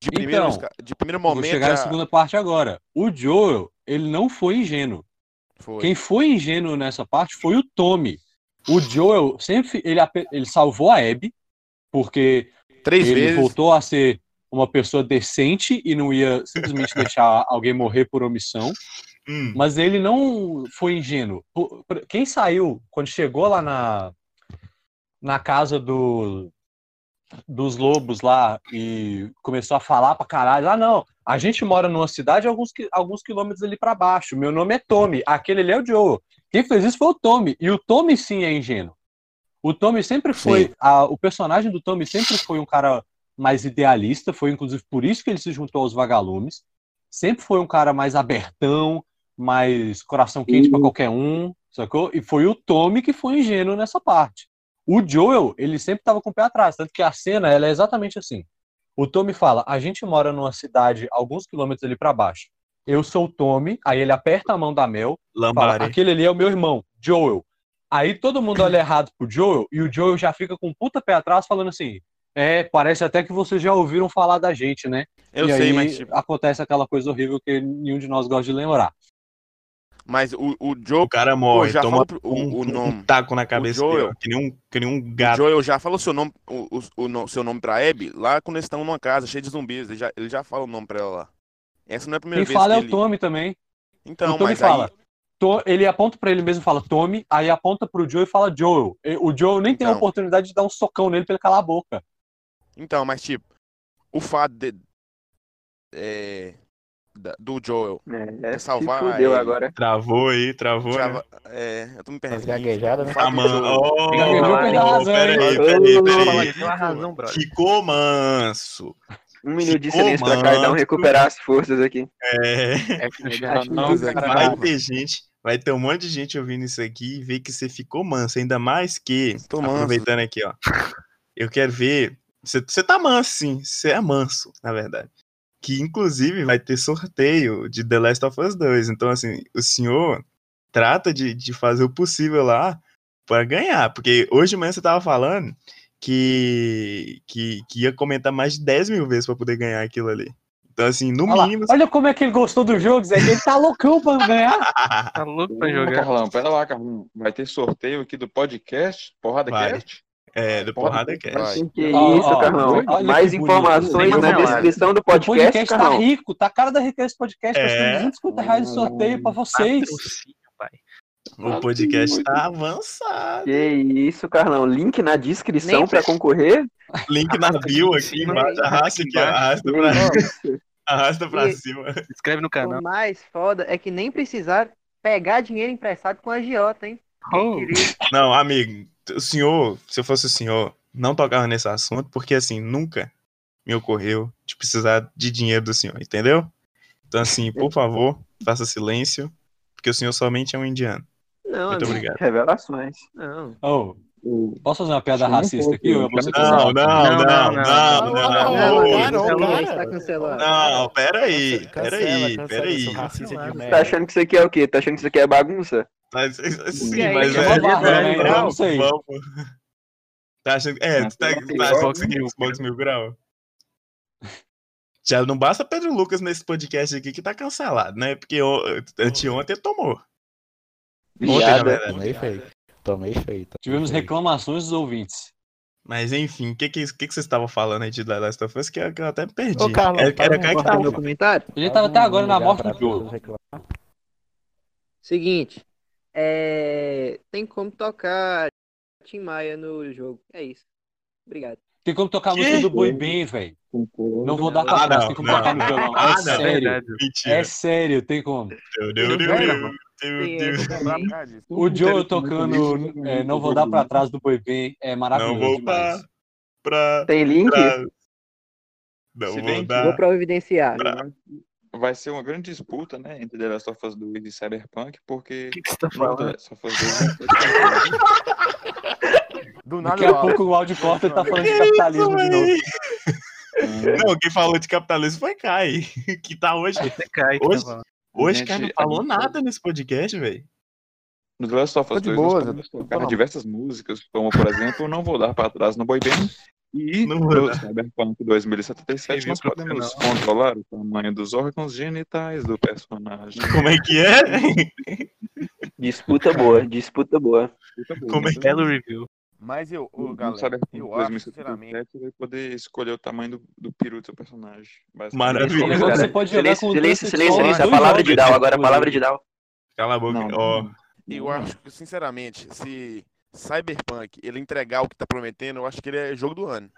De primeiro,
Então,
de primeiro
Vou
um momento.
chegar na
já
segunda parte agora. O Joel, ele não foi ingênuo.
foi.
Quem foi ingênuo nessa parte foi o Tommy. O Joel sempre ele, ape- ele salvou a Abby, porque
Três
ele
vezes.
voltou a ser uma pessoa decente e não ia simplesmente deixar alguém morrer por omissão.
Hum,
Mas ele não foi ingênuo. O- pra- Quem saiu, quando chegou lá na, na casa do, dos lobos lá e começou a falar pra caralho, ah não, a gente mora numa cidade alguns, qui- alguns quilômetros ali pra baixo, meu nome é Tommy, aquele ali é o Joe. Quem fez isso foi o Tommy, e o Tommy sim é ingênuo. O Tommy sempre foi, a- o personagem do Tommy sempre foi um cara mais idealista, foi inclusive por isso que ele se juntou aos vagalumes, sempre foi um cara mais abertão, mais coração quente pra qualquer um, sacou? E foi o Tommy que foi ingênuo nessa parte. O Joel, ele sempre tava com o pé atrás, tanto que a cena ela é exatamente assim. O Tommy fala: "A gente mora numa cidade alguns quilômetros ali pra baixo. Eu sou o Tommy", aí ele aperta a mão da Mel, fala:
lambari.
"Aquele ali é o meu irmão, Joel". Aí todo mundo olha errado pro Joel e o Joel já fica com o puta pé atrás falando assim: "É, parece até que vocês já ouviram falar da gente, né?"
Eu
e
sei,
aí
mas tipo,
acontece aquela coisa horrível que nenhum de nós gosta de lembrar.
mas o, o Joe.
O cara morre,
já
toma
falo pro- o-
um,
o
um
nome.
taco na cabeça
Joel.
dele, ó, que nem um, que nem um
O
gato.
Joel já falou seu nome, o, o- o no- seu nome pra Abby lá quando eles estão numa casa cheia de zumbis. Ele já, ele já fala o nome pra ela lá. Essa não é a primeira
Quem
vez
fala
que
é
ele...
o Tommy também.
Então,
o Tommy
mas
fala.
aí...
To- ele aponta pra ele mesmo e fala Tommy, aí aponta pro Joe e fala Joel. E- O Joe nem tem a
Então.
oportunidade de dar um socão nele pra ele calar a boca.
Então, mas tipo, o fato de. é, da- do Joel.
É, se
salvar
fudeu
ele.
agora.
Travou aí, travou,
já
né?
va- é, eu tô me
As
perdendo.
gaguejadas, né?
Fala
Ah,
do
mano.
Joel.
Oh,
Gaguejou, perdeu a razão, hein?
peraí, peraí,
Ô,
peraí.
Fala, Pela razão, brother.
Ficou manso.
Um minuto de
Ficou
silêncio pra cada um
manso.
recuperar as forças aqui.
É.
É que
Acho
não,
que-
velho.
cara,
Vai
calma.
ter gente, vai ter um monte de gente ouvindo isso aqui e ver que você ficou manso, ainda mais que.
Tô manso.
Aproveitando aqui, ó. Eu quero ver. Você você tá manso, sim. Você é manso, na verdade. Que inclusive vai ter sorteio de The Last of Us 2. Então, assim, o senhor trata de, de fazer o possível lá pra ganhar. Porque hoje de manhã você tava falando que, que, que ia comentar mais de 10 mil vezes pra poder ganhar aquilo ali. Então, assim, no
Olha, lá,
mínimo.
olha como é que ele gostou do jogo, Zé. que Ele tá loucão pra ganhar.
Tá louco pra
Ô,
jogar.
Carlão, pera lá, Carlão. Vai ter sorteio aqui do podcast? Porrada
Vai.
cast?
É, do
Porra,
Porrada Cast.
Vai.
Que
Ó,
isso,
ó,
Carlão.
olha que
Mais
bonito.
informações
Não,
na
não,
descrição do
o podcast
podcast,
tá
Carlão.
rico, tá a cara da riqueza esse podcast, mas
É.
tem 250 reais de sorteio pra vocês.
Patrocínio, pai.
O podcast tá avançado.
Que isso, Carlão. Link na descrição
Nem
pra concorrer.
Link na bio aqui embaixo. Arrasta aqui, ó, arrasta pra, arrasta pra
E-
cima.
Se inscreve no
O
canal.
mais foda é que nem precisaram pegar dinheiro emprestado com a agiota, hein?
Oh,
Querido.
Não, amigo, o senhor, se eu fosse o senhor, não tocava nesse assunto, porque assim, nunca me ocorreu de precisar de dinheiro do senhor, entendeu? Então, assim, por favor, faça silêncio, porque o senhor somente é um indiano.
Não,
Muito
amigo,
obrigado.
Revelações.
não.
Ô, Oh, posso fazer uma piada racista aqui? Ou é você que
Não, não,
sabe?
não, não,
Não, não,
Ah, não,
não,
não,
cara,
não,
ô,
não,
cara. Está cancelado.
não, peraí,
Cancela,
peraí,
cancela,
peraí.
seu racista de
Tá
merda.
achando que isso aqui é o quê? Tá achando que isso aqui é bagunça?
Mas, sim,
aí,
mas
que
é,
bobagem,
é,
né?
não,
Não sei.
vamos. Tá achando, é, tu tá, tá
Não,
achando que isso aqui é Xbox Mil Grau? Já não basta Pedro Lucas nesse podcast aqui que tá cancelado, né? Porque o- anteontem tomou. Ontem, na
Viada.
verdade.
Tomei feio. Tomei feio. tomei
Tivemos
feio.
reclamações dos ouvintes.
Mas enfim, o que, que, que, que vocês estavam falando aí de The Last of Us que eu, que eu até me perdi.
Ô, Carlão,
era era
fala um
Caio que
negócio
tava-
Meu comentário?
A gente tava até
Algum
agora na
lugar
morte
pra
do Joel.
pessoas reclamar?
Seguinte, é, tem como tocar Tim Maia no jogo. É isso. Obrigado.
Tem como tocar a música do Boi Bem, velho.
Um
Não vou dar pra
Ah,
trás,
não,
tem como
não,
tocar no
não.
violão.
Ah,
É
não.
sério.
Verdade.
Mentira.
É sério, tem como.
Meu Deus, meu Deus, meu Deus.
O Joe tocando é, Não Vou Dar Pra Trás do Boi Bem é
Não
maravilhoso
vou
demais.
pra. pra,
Tem link?
pra- Não
Se bem
vou
que-
dar.
Vou providenciar.
Vai ser uma grande disputa, né? Entre The Last of Us 2 e Cyberpunk, porque.
que, que você tá
Não, The
falando?
Last of Us é 2.
Do
Daqui
nada,
a
ó,
pouco o áudio corta e tá falando de
Que
capitalismo de novo.
né?
Não, quem falou de capitalismo foi Kai, que tá hoje.
Até cai que
Hoje-
tá falando.
Hoje
Gente,
Kai não
a
falou
gente-
nada nesse podcast, velho.
No The Last
Tá
of
Tô
Us
de
2,
boa,
nós
Zé,
podemos
né?
tô
tocar
falando.
diversas músicas, como, por exemplo, Não Vou Dar Pra Trás no Boy Band. E
Não
no
vou dar.
Cyberpunk 2077,
Sim,
nós
viu,
podemos controlar o tamanho dos órgãos genitais do personagem.
Como é que é?
Disputa boa, disputa boa.
Como
né?
é
Belo review.
Mas eu, ô,
No
galera,
Cyberpunk
eu acho,
2077,
sinceramente.
você vai poder escolher o tamanho do, do peru do seu personagem. basicamente.
Maravilha.
Como é que
Cara,
você pode jogar
Silêncio,
com
silêncio, silêncio,
dois
silêncio. A
jogos,
palavra de Dal, agora a
inclusive.
palavra de Dal.
Cala a boca.
um
Não,
Ó,
não.
Eu acho que, sinceramente, se Cyberpunk ele entregar o que tá prometendo, eu acho que ele é jogo do ano.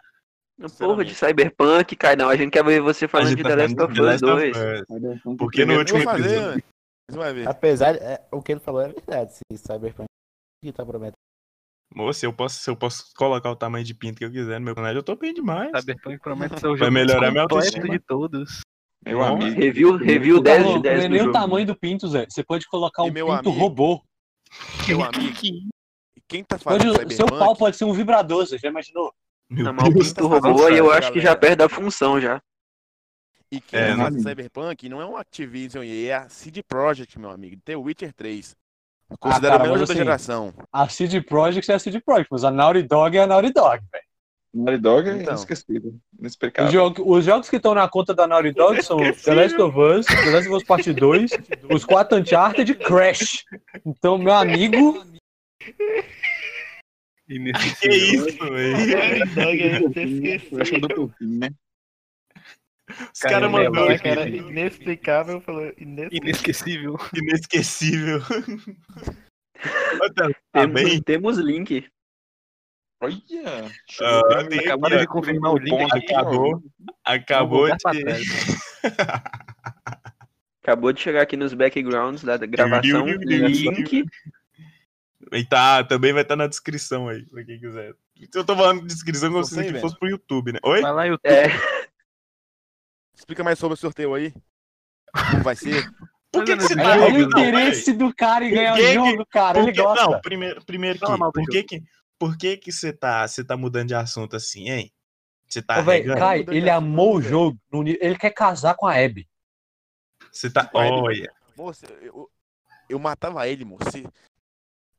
Porra de Cyberpunk, cara, não. A gente quer ver você
a
falando
gente
de
tá
The Last
falando
of Us
de The Last
2.
of Us.
Cyberpunk
Porque no
primeiro-
último
eu vou fazer,
episódio.
né? Você vai ver.
Apesar, é, o que ele falou é verdade. Se Cyberpunk que tá prometendo.
Moça, eu posso, se eu posso colocar o tamanho de pinto que eu quiser no meu personagem, eu tô bem demais.
Cyberpunk promete ser o jogo
Vai melhorar minha
mais completo
autoestima.
de todos.
Meu
Não,
amigo.
Review, review
Não,
10 de
não
10
é
do
nem o
jogo.
tamanho do pinto, Zé. Você pode colocar
E
um
meu
pinto
amigo,
robô.
Meu amigo. Quem tá
Pode,
fazendo
seu
Cyberpunk?
pau pode ser um vibrador, você já imaginou?
Meu
Na mão
Deus. tá
do robô e eu acho que já perde a função já.
E quem
É,
faz
né?
o Cyberpunk não é um Activision, é a CD Projekt, meu amigo. The Witcher 3. Considera
cara,
o melhor
mas
jogo da
assim,
geração.
A CD Projekt é a CD Projekt, mas a Naughty Dog é a Naughty Dog, velho.
Naughty Dog é
Então.
inesquecível.
Os,
Inexplicável.
jogo- os jogos que estão na conta da Naughty Dog são The Last of Us, The Last of Us Part 2, os 4 Uncharted e Crash. Então, meu amigo,
Que é isso, velho?
Eu acho que é do Tolkien, né?
Os caras
Cara,
mandaram
lembra,
aqui.
cara,
inexplicável, falou.
Inesquecível.
Inesquecível. Mas tá- tá bem?
Temos, um temos link.
Olha!
Ah, tem-
Acabaram de confirmar o link.
Ponto
aqui, ó.
Acabou. Acabou
Não, vou dar pra trás,
de.
Acabou de chegar aqui nos backgrounds da gravação. link.
E tá, também vai estar na descrição aí, pra quem quiser. Eu tô falando de descrição como se
Vocês
isso
vendo.
fosse pro YouTube, né? Oi?
Vai lá, YouTube.
É,
Explica mais sobre o sorteio aí. Como vai ser?
Por que, que você
Não,
tá
não,
olha é o
jogando? Não,
interesse do cara em
Por
ganhar o
que que-
jogo, cara.
Por
Ele
que-
gosta.
Não, primeiro, primeiro
Fala
que,
mal do
por
jogo.
que que, por que que você tá, você tá mudando de assunto assim, hein? Você tá,
Ô, velho,
regando?
Kai, ele amou o jogo. no ni- Ele quer casar com a Abby.
você tá,
Vai, ele-
olha,
Moça, eu, eu, eu matava ele, moço. Se-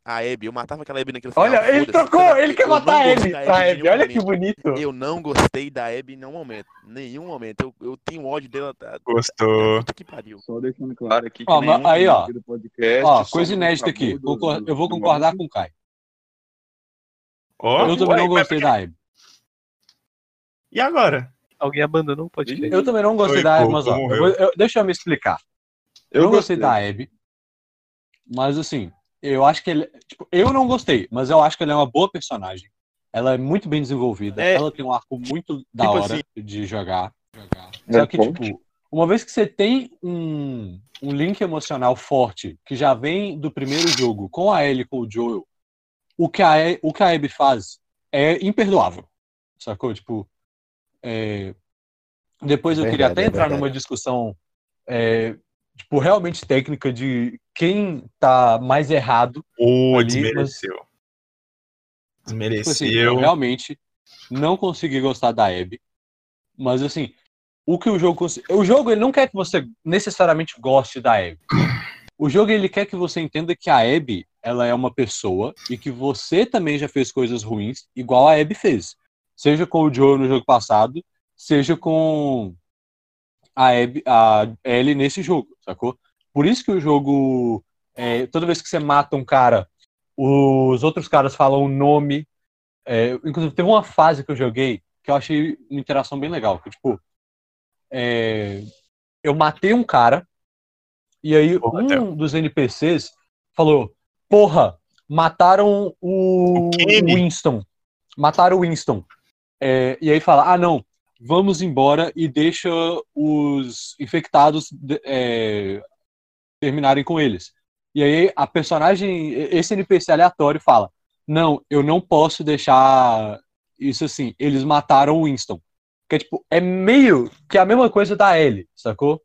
A Abby, eu matava aquela Abby naquele final.
Olha, ele
foda-se.
trocou, ele quer
Eu não
matar
gostei
ele
da
pra
Abby em
Abby.
nenhum
Olha que
momento.
bonito.
Eu não gostei da Abby em nenhum momento. Nenhum momento. Eu, eu tenho ódio dela. Tá,
gostou.
Puta que pariu.
Só deixando claro aqui que
Ó, mas
nenhum
aí, ó.
link do podcast,
Ó,
só
coisa
um
inédita
favor
aqui.
do-
Concor-
do-
Eu vou
do-
concordar com o Kai.
Ó,
Eu também não
ué,
gostei da Abby.
E agora?
Alguém abandonou o podcast.
Eu também não gostei
Oi,
da Abby,
pô,
mas ó,
como
eu vou- eu- deixa eu me explicar. Eu não gostei da Abby, mas assim, eu acho que ele. Tipo, eu não gostei, mas eu acho que ela é uma boa personagem. Ela é muito bem desenvolvida,
É.
ela tem um arco muito da
Tipo
hora
assim.
de jogar. jogar.
É
Só que,
forte.
tipo, uma vez que você tem um, um link emocional forte, que já vem do primeiro jogo com a Ellie e com o Joel, o que a, E- o que a Abby faz é imperdoável. Sacou? Tipo. é, Depois eu queria
Verdade,
até
é
entrar
verdade.
numa discussão é, tipo, realmente técnica de quem tá mais errado.
Ô,
Ali,
desmereceu.
Tipo assim,
Desmereceu.
eu realmente não consegui gostar da Abby. Mas assim, o que o jogo cons- O jogo ele não quer que você necessariamente goste da Abby. O jogo ele quer que você entenda que a Abby ela é uma pessoa e que você também já fez coisas ruins, igual a Abby fez. Seja com o Joe no jogo passado, seja com a, Abby, a Ellie nesse jogo, sacou? Por isso que o jogo. é, toda vez que você mata um cara, os outros caras falam o nome é, inclusive, teve uma fase que eu joguei que eu achei uma interação bem legal. Que, tipo, é, eu matei um cara e aí
Porra,
um
Theo.
dos NPCs falou: Porra, mataram o,
O Kenny?
Winston. Mataram o Winston. É, e aí fala: ah, não, vamos embora e deixa os infectados de- é, terminarem com eles. E aí a personagem, esse NPC aleatório, fala: não, eu não posso deixar isso assim, eles mataram o Winston. Que é tipo, é meio que a mesma coisa da Ellie, sacou?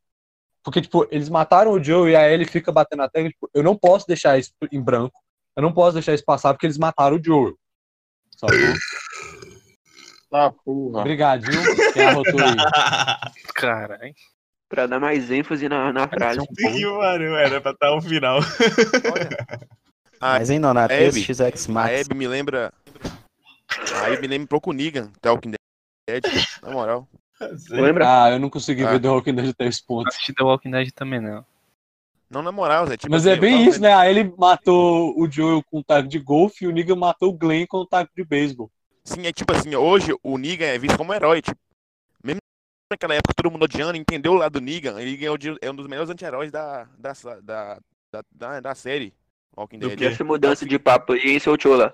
Porque, tipo, eles mataram o Joe e a Ellie fica batendo na tecla, tipo, eu não posso deixar isso em branco, eu não posso deixar isso passar porque eles mataram o Joe. Sacou?
Ah, porra.
Obrigadinho, quem arrotou aí.
Caralho.
Pra dar mais ênfase na, na frase.
Que pariu, era pra estar um final.
Ah,
Mas, hein, Nonato,
Abby.
esse XX
A
Max.
Abby me lembra. A Abby me lembra um pouco o Negan, Talking Dead, na moral.
Lembra?
Ah, eu não consegui
Ah.
ver The Walking Dead até esse
Não
ponto.
assisti The Walking Dead também, né? não.
Não, na moral, Zé. Tipo
Mas
assim,
é
eu
bem
tava
isso, né? A Ellie matou o Joe com um taco de golfe e o Negan matou o Glenn com um taco de beisebol.
Sim, é tipo assim, hoje o Negan é visto como um herói, tipo. Mesmo naquela época todo mundo odiando, entendeu o lado do Negan, ele é, o de- é um dos melhores anti-heróis da, da, da, da, da, da série Walking
Do
Dead.
quê?
Essa mudança de papo aí, hein, seu Chola?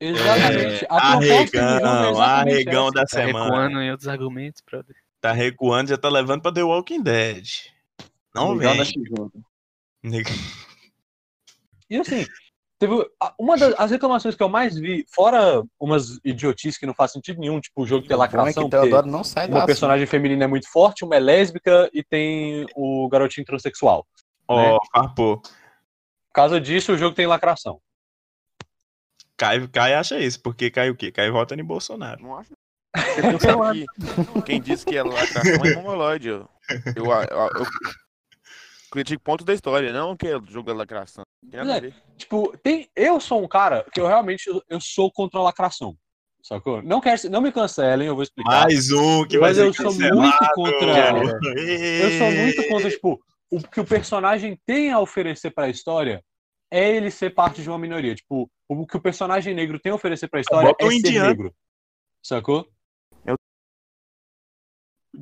Exatamente. a proposta do jogo é
É, Arregão,
exatamente
arregão
essa.
da
Tá
semana.
recuando em outros argumentos, brother.
Tá recuando, já tá levando pra The Walking Dead. Não
Legal da
vem.
X-Junta.
Né?
Neg-
E assim, teve a- uma das as reclamações que eu mais vi, fora umas idiotices que não faz sentido nenhum, tipo o jogo ter
Bom é que
lacração,
o
porque
Teodoro não sai do
uma
assunto.
personagem feminina é muito forte, uma é lésbica e tem o garotinho transexual.
Ó, farpou.
Por causa disso, o jogo tem lacração.
Caio, Caio acha isso, porque Caio o quê? Caio vota em Bolsonaro.
Não acho. Você sabe que quem disse que é lacração é mongoloide. Eu, eu, eu- eu critico pontos da história, não que é o jogo da lacração. é Não tem nada a ver.
Tipo, tem, eu sou um cara que eu realmente eu, eu sou contra a lacração. Sacou? Não quero, ser- não me cancelem, eu vou explicar.
Mais um que vai
mas
ser
eu sou
cancelado.
muito contra Eu sou
Ê,
muito contra, tipo, o que o personagem tem a oferecer pra história é ele ser parte de uma minoria. Tipo, o que o personagem negro tem a oferecer pra história
Bota
é
um
ser
indiano.
negro. Sacou?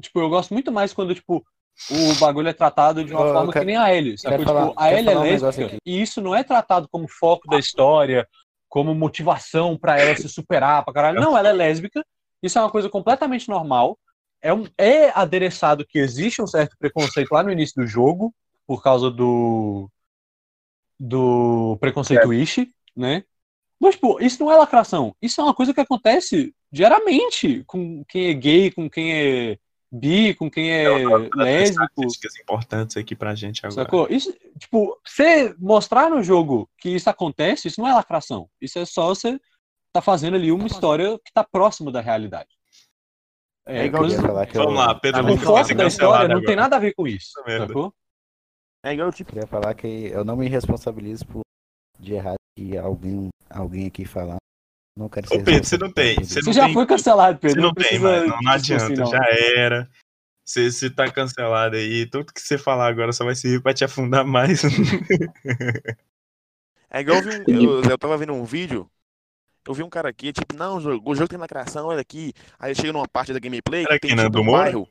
Tipo, eu gosto muito mais quando, tipo, o bagulho é tratado de uma
Eu- eu
forma
quero-
que nem a Ellie. Sacou?
quero falar-
tipo, a
quero
Ellie é
falar um negócio
lésbica
aqui.
e isso não é tratado como foco da história, como motivação pra ela se superar pra caralho. Não, ela é lésbica. Isso é uma coisa completamente normal é, um, é adereçado que existe um certo preconceito lá no início do jogo, por causa do. do preconceito
É.
Ishi, né? Mas, pô, isso não é lacração. Isso é uma coisa que acontece diariamente com quem é gay, com quem é bi, com quem é lésbico.
Estatísticas importantes aqui pra gente agora.
Sacou? Isso, tipo, você mostrar no jogo que isso acontece, isso não é lacração. Isso é só você tá fazendo ali uma história que tá próximo da realidade.
É igual
coisa-
eu ia falar que
Vamos
eu-
lá, Pedro
Ah,
o
Lucas
vamos
vai ser
foco da
falar.
tá cancelado
história não
agora.
tem nada a ver com isso,
Puta merda.
sacou?
É igual tipo.
Queria falar que eu não me responsabilizo por de errado que alguém, alguém aqui falar. Não quero ser.
Ô, Pedro, você não tem- você
Você
não
já
tem-
foi cancelado,
Você
Pedro.
não tem,
precisa
mano. Não, não
disso,
adianta,
assim, não.
já é. era. Você, você tá cancelado aí. Tudo que você falar agora só vai servir pra te afundar mais.
É igual eu vi um, eu, eu tava vendo um vídeo, eu vi um cara aqui, tipo, não, o jogo, o jogo tem lacração, olha aqui. Aí chega numa parte da gameplay
Será
que tem
que não é
tipo
do
um
Moro?
bairro.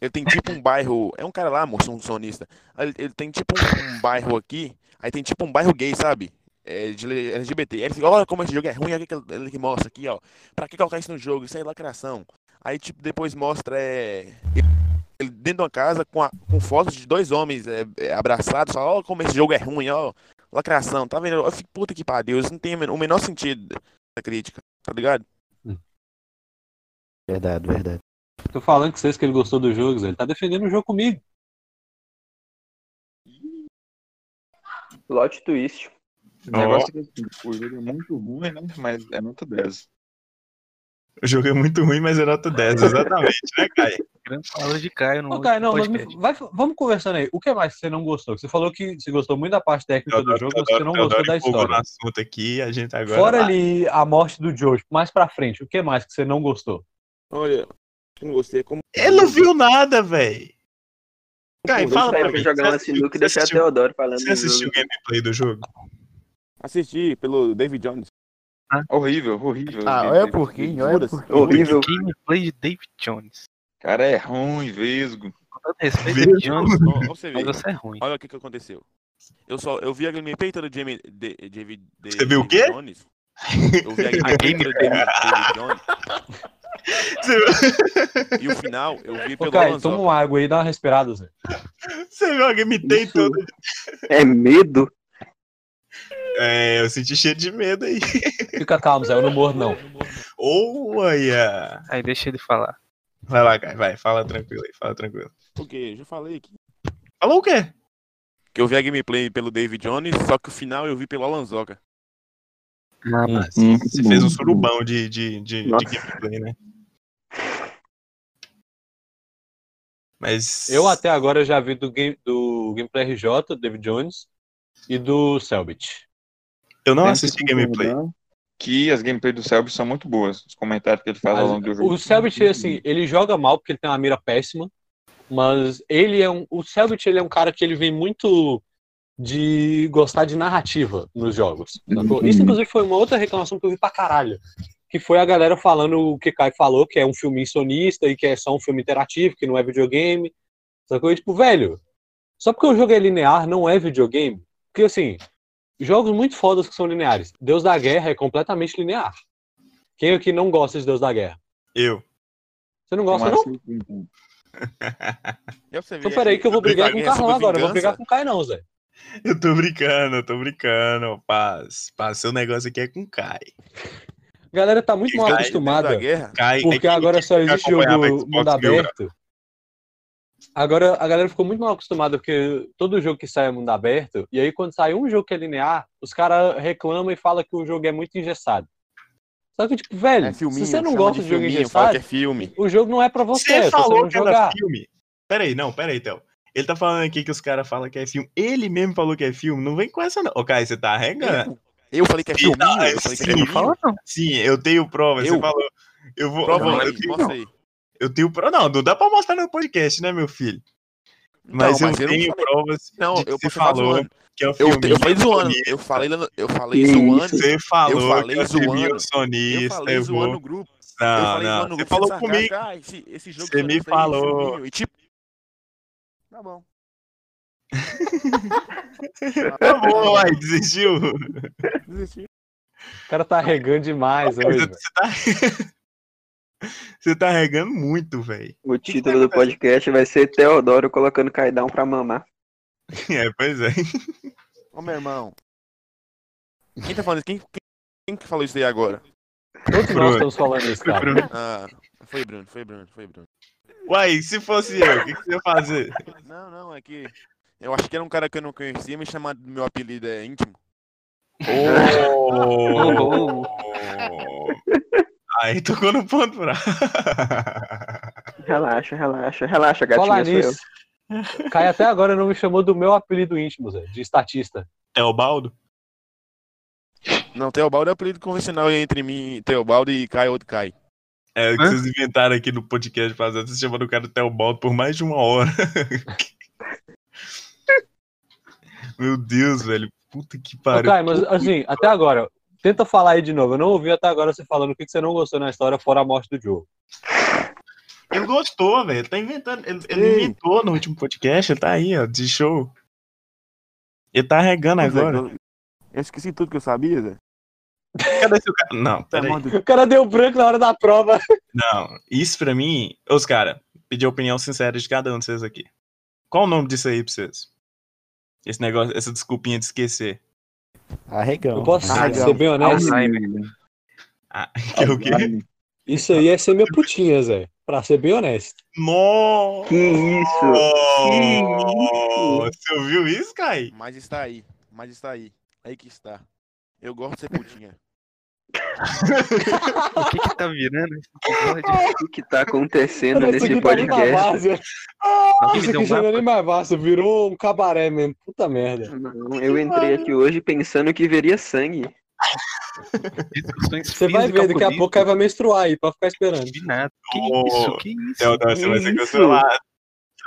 Ele tem tipo um bairro. É um cara lá, moço, um sonista. Aí Ele, ele tem tipo um, um bairro aqui. Aí tem tipo um bairro gay, sabe? É, de le- LGBT. Aí ele fica, olha como esse jogo é ruim, olha o que que ele, ele mostra aqui, ó. Pra que colocar isso no jogo? Isso é lacração. Aí, tipo, depois mostra é, ele dentro de uma casa com, a- com fotos de dois homens é, é, abraçados, fala, ó, como esse jogo é ruim, ó. Lacração, tá vendo? Eu fico, puta que pariu, isso não tem o men- o menor sentido da crítica, tá ligado?
Verdade, verdade.
Tô falando com vocês que ele gostou dos jogos, ele tá defendendo o jogo comigo.
Plot twist.
O negócio é que assim, o jogo é muito ruim, né? Mas é nota 10.
o jogo é muito ruim, mas é nota 10, exatamente, né, Caio?
Grande palavra de Caio no
Ô, Caio, não, mas me-
podcast.
vai- vamos conversando aí. O que mais que você não gostou? Você falou que você gostou muito da parte técnica do jogo, mas você não gostou da
empolgou no
história.
assunto aqui, a gente agora.
Fora ali a morte do Joe, tipo, mais pra frente, o que mais que você não gostou?
Olha, eu não gostei como.
Ele não viu nada, velho. Caio,
Vamos
fala
sair
pra
pra
mim.
jogar
Você
uma
assistiu-
sinuca e
você
deixar
assistiu-
Teodoro falando
você
do
assistiu o
jogo.
gameplay do jogo?
Assisti pelo David Jones.
Horrível, horrível.
Ah, olha por quê, olha por quê.
Horrível.
Gameplay de David Jones.
Cara, é ruim, vesgo.
Com todo respeito,
Vejo.
David Jones,
Ó, ó pra você
mas
ver.
você é ruim.
Olha o que que aconteceu. Eu só eu vi a gameplay toda de Jamie- de- de- de- de-
Você viu o
David
quê?
Jones. Eu vi a gameplay toda de David David Jones.
Você,
E o final, eu vi
Ô,
pelo
Caio, toma
um-
Lanzó.
uma água aí, dá uma respirada, Zé.
você viu a gameplay
Isso.
toda. né?
É medo?
É, eu senti cheio de medo aí.
Fica calmo, Zé, eu não morro, não.
Olha!
Aí deixa ele falar.
Vai lá, Caio, vai, fala tranquilo aí, fala tranquilo.
Porque eu já falei que
Falou o quê?
que eu vi a gameplay pelo David Jones, só que o final eu vi pelo Alanzoca.
Você fez um surubão de, de, de, de
Nossa.
gameplay, né? Mas.
Eu até agora já vi do, game, do Gameplay RJ, do David Jones, e do Selbit.
eu não
Tem
assisti gameplay.
um
né?
Que as gameplays do Selbit são muito boas. Os comentários que ele faz ao longo do é um jogo. né?
O Selbit, assim, ele joga mal porque ele tem uma mira péssima, mas ele é um. O Selbit, ele é um cara que ele vem muito de gostar de narrativa nos jogos. sacou?
Uhum.
Isso, inclusive, foi uma outra reclamação que eu vi pra caralho. Que foi a galera falando o que Kai falou, que é um filme insonista e que é só um filme interativo, que não é videogame. Sacou? E, tipo, velho, só porque o jogo é linear, não é videogame. Porque, assim, jogos muito fodas que são lineares. Deus da Guerra é completamente linear. Quem aqui não gosta de Deus da Guerra?
Eu.
Você não gosta, não?
um
Eu você
Então peraí que eu vou brigar com o Carlão agora. Eu vou brigar
vingança.
com o Caio não, Zé.
Eu tô brincando, eu tô brincando. Paz, paz. Seu negócio aqui é com Kai.
A galera tá muito mal
Caio,
da
acostumada.
guerra.
Kai é
Porque
quem-
agora só
quem
existe
acompanhava
jogo
Xbox
mundo
Mil Grau.
aberto. Agora a galera ficou muito mal acostumada, porque todo jogo que sai é mundo aberto, e aí quando sai um jogo que é linear, os caras reclamam e falam que o jogo é muito engessado. Só que, tipo, velho,
É filminho,
se você não
chama
gosta de,
de
jogo
filminho, fala que
engessado,
é filme.
o jogo não é pra você, é
Você
pra você
falou
não
que era
jogar.
filme. Peraí, não, peraí, Théo. Ele tá falando aqui que os caras falam que é filme. Ele mesmo falou que é filme. Não vem com essa, não. Ô, Kai, você tá arregando.
Eu falei que é
Sim,
filminho,
não,
eu falei que é
sim.
filminho.
Fala não.
Sim, eu tenho prova. Você
Eu?
falou. Eu vou.
Prova
não,
aí,
eu, tenho,
mostra aí.
eu tenho prova. Não, não dá pra mostrar no podcast, né, meu filho? Mas
Não,
eu
Então, não
tenho
falei-
provas
Não,
de que
eu
você
posso falar
falou
zoando.
que é um
Eu,
filme.
eu falei zoando. Eu falei, eu falei
Que
zoando.
Você falou
falei
que é um filminho
zoando.
sonista.
Eu falei
eu vou-
zoando no grupo. eu
Não,
falei
é Ah, não.
zoando no
Você
grupo.
falou
sem
comigo.
sarcasmo. Ah, esse, esse jogo
Você
que
me
lança aí,
falou.
filminho, E tipo... Tá bom.
Tá bom, aí, desistiu.
Desisti.
O cara tá regando demais hoje,
Você
velho.
tá... você tá regando muito, velho.
O título do podcast vai ser Teodoro colocando Caidão pra mamar.
É, pois é.
Ô, meu irmão. Quem tá falando isso? Quem, quem, quem que falou isso aí agora?
Todos
Bruno.
nós estamos falando isso, cara.
Ah, foi Bruno, foi Bruno, foi Bruno.
Uai, se fosse eu, o que, que você ia fazer?
Não, não, é que... Eu acho que era um cara que eu não conhecia, me chamar meu apelido é íntimo.
Oh. Aí tocou no ponto pra.
Relaxa, relaxa, relaxa, gatinha.
Falar
sou eu.
nisso. Caio até agora não me chamou do meu apelido íntimo, Zé, de estatista.
É Teobaldo?
Não, Teobaldo é o apelido convencional entre mim, Teobaldo e Kai, outro Kai.
É o que
Hã?
vocês inventaram aqui no podcast passado. Vocês chamaram o cara de Teobaldo por mais de uma hora. Meu Deus, velho. Puta que
Ô,
pariu.
Caio, mas assim, até agora, tenta falar aí de novo. Eu não ouvi até agora você falando o que que você não gostou na história fora a morte do Joe.
Ele gostou, velho. Ele tá inventando. Ele, ele inventou no último podcast, ele tá aí, ó, de show. Ele tá regando
é,
agora.
Eu, eu esqueci tudo que eu sabia, Zé.
Cadê seu cara? Não, peraí.
O cara deu branco na hora da prova.
Não, isso pra mim. Os cara, pedir a opinião sincera de cada um de vocês aqui. Qual o nome disso aí pra vocês? Esse negócio, essa desculpinha de esquecer.
Arregão.
Eu posso
Arregão.
ser bem honesto.
Ah, que é o quê?
Isso aí é ser minha putinha, Zé. Pra ser bem honesto.
Nossa!
Que isso?
Você ouviu isso, Kai?
Mas está aí, mas está aí. Aí que está. Eu gosto de ser putinha.
O que que tá virando esse episódio?
O que que tá acontecendo
Isso
nesse
aqui tá nem mais
podcast?
várzea.
Nossa,
Isso
me deu
aqui
um
chegou
mapa.
nem mais várzea. Virou um cabaré mesmo. Puta merda.
Não, eu entrei aqui hoje pensando que veria sangue.
Discussões
Você vai
físicas,
ver, daqui a pouco é- o
políticas,
Caio vai menstruar aí, pra ficar esperando.
combinado. Que
Ô,
isso? Que isso?
Não, Então, não, você vai ser
Isso.
cancelado.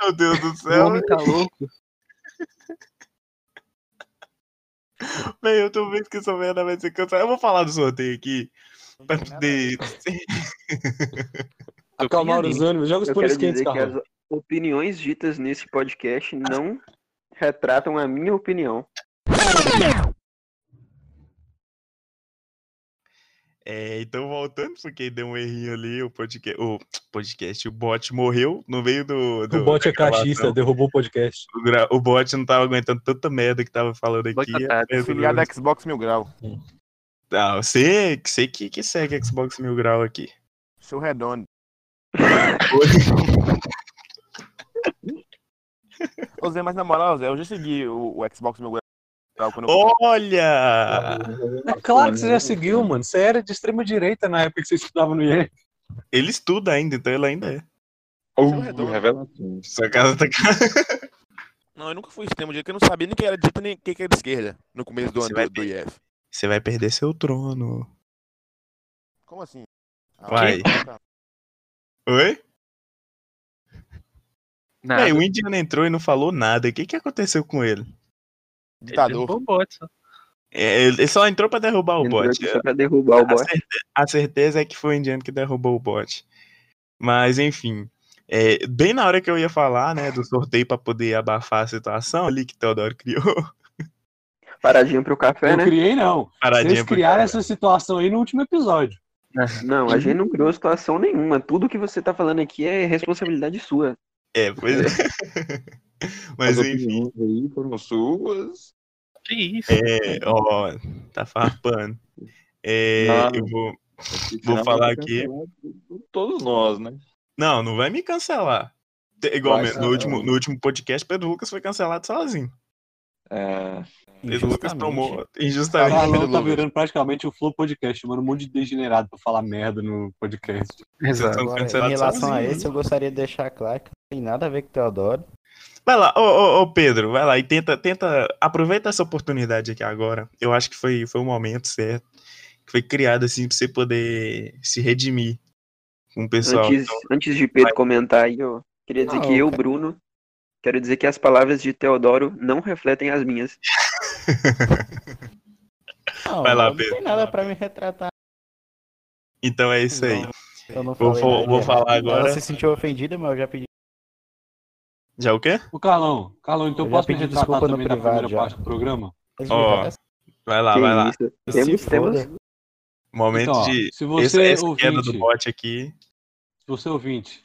Meu Deus do
O
céu,
homem tá louco.
velho. Eu tô vendo que essa merda vai ser cancelada. Eu vou falar do sorteio aqui. Pra poder.
Acalmar
queria
os ânimos. Joga os
Eu
por
quero
quentes,
dizer que
Carlão.
as opiniões ditas nesse podcast não retratam a minha opinião.
É, então voltando, porque deu um errinho ali, o podcast, o podcast, o bot morreu no meio do. do
O bot é
da gravação.
cachista, derrubou o podcast.
O, gra- o bot não tava aguentando tanta merda que tava falando aqui.
Boicotado,
Aí resolveu-
Filiado da Xbox Mil Grau.
Ah, você, você que, que segue Xbox Mil Grau aqui.
Show redondo. Ô Zé, mas na moral, Zé, eu já segui o, o Xbox Mil Grau quando eu
Olha!
É claro que você já seguiu,
né?
mano. Você era de extrema direita na época que você estudava no IE.
É,
Ele estuda ainda, então ele ainda é.
Uh, revelações.
Sua casa tá
Não, eu nunca fui extremo direita, porque eu não sabia nem que era dito nem o que que era esquerda no começo do
Você
ano
vai
do, do IF.
Você vai perder seu trono.
Como assim? Ah,
Vai.
tá.
Oi?
Nada.
Ué, É, o indiano entrou e não falou nada. O que, que aconteceu com ele?
Ditador.
Bom bot, só.
É, ele só entrou pra derrubar o
Entrou
bot.
é.
aqui só pra
Ah,
derrubar o
A,
bot.
certe- a certeza é que foi o indiano que derrubou o bot. Mas, enfim. é, bem na hora que eu ia falar, né, do sorteio pra poder abafar a situação ali que Teodoro criou.
Paradinha pro café,
Eu
né?
criei, não. Vocês
Paradinha. pra-
criaram essa situação aí no último episódio.
Não, a gente não criou situação nenhuma. Tudo que você tá falando aqui é responsabilidade sua.
É, pois é. Mas,
As
enfim.
opiniões aí foram suas.
Que isso?
É, ó, tá farpando. É,
Ah.
eu vou.
Esse
Vou
final
falar
vai
aqui.
cancelar Todos nós, né?
Não, não vai me cancelar. Te- Igual
Vai,
mesmo, no,
não.
último, no último podcast, Pedro Lucas foi cancelado sozinho.
É,
Pedro Lucas
Injustamente.
tomou
O
injustamente.
Carlão tá
Lucas.
virando praticamente o Flow Podcast, mano. Um monte de degenerado pra falar merda no podcast.
Exato.
São
Agora, em
cancelados
relação a
sozinho.
esse, eu gostaria de deixar claro que não tem nada a ver com o Teodoro.
Vai lá, ô, ô, ô, Pedro, vai lá e tenta, tenta. Aproveita essa oportunidade aqui agora. Eu acho que foi, foi o momento certo. Que foi criado assim pra você poder se redimir com o pessoal.
Antes,
Então,
antes de Pedro comentar aí, eu queria dizer
Não,
que eu,
cara.
Bruno, quero dizer que as palavras de Teodoro não refletem as minhas.
Não,
Vai lá,
não
Pedro.
tem nada pra me retratar.
então é isso aí.
Eu não
Vou-
falei
vou-
nada
vou
de
falar
errado.
agora.
Ela se sentiu ofendida, mas eu já pedi.
Já é o quê?
Ô, Carlão, Carlão, então
Eu já
posso me
pedi
retratar
desculpa no
também na
privado
primeira
já.
parte do programa?
Eles
Ó,
me-
Vai lá,
que
Ah, vai lá.
isso.
se
Temos, temos
foda.
Momento
Então, ó,
de.
se
Essa,
você
essa queda
ouvinte,
do bot aqui.
se você ouvinte,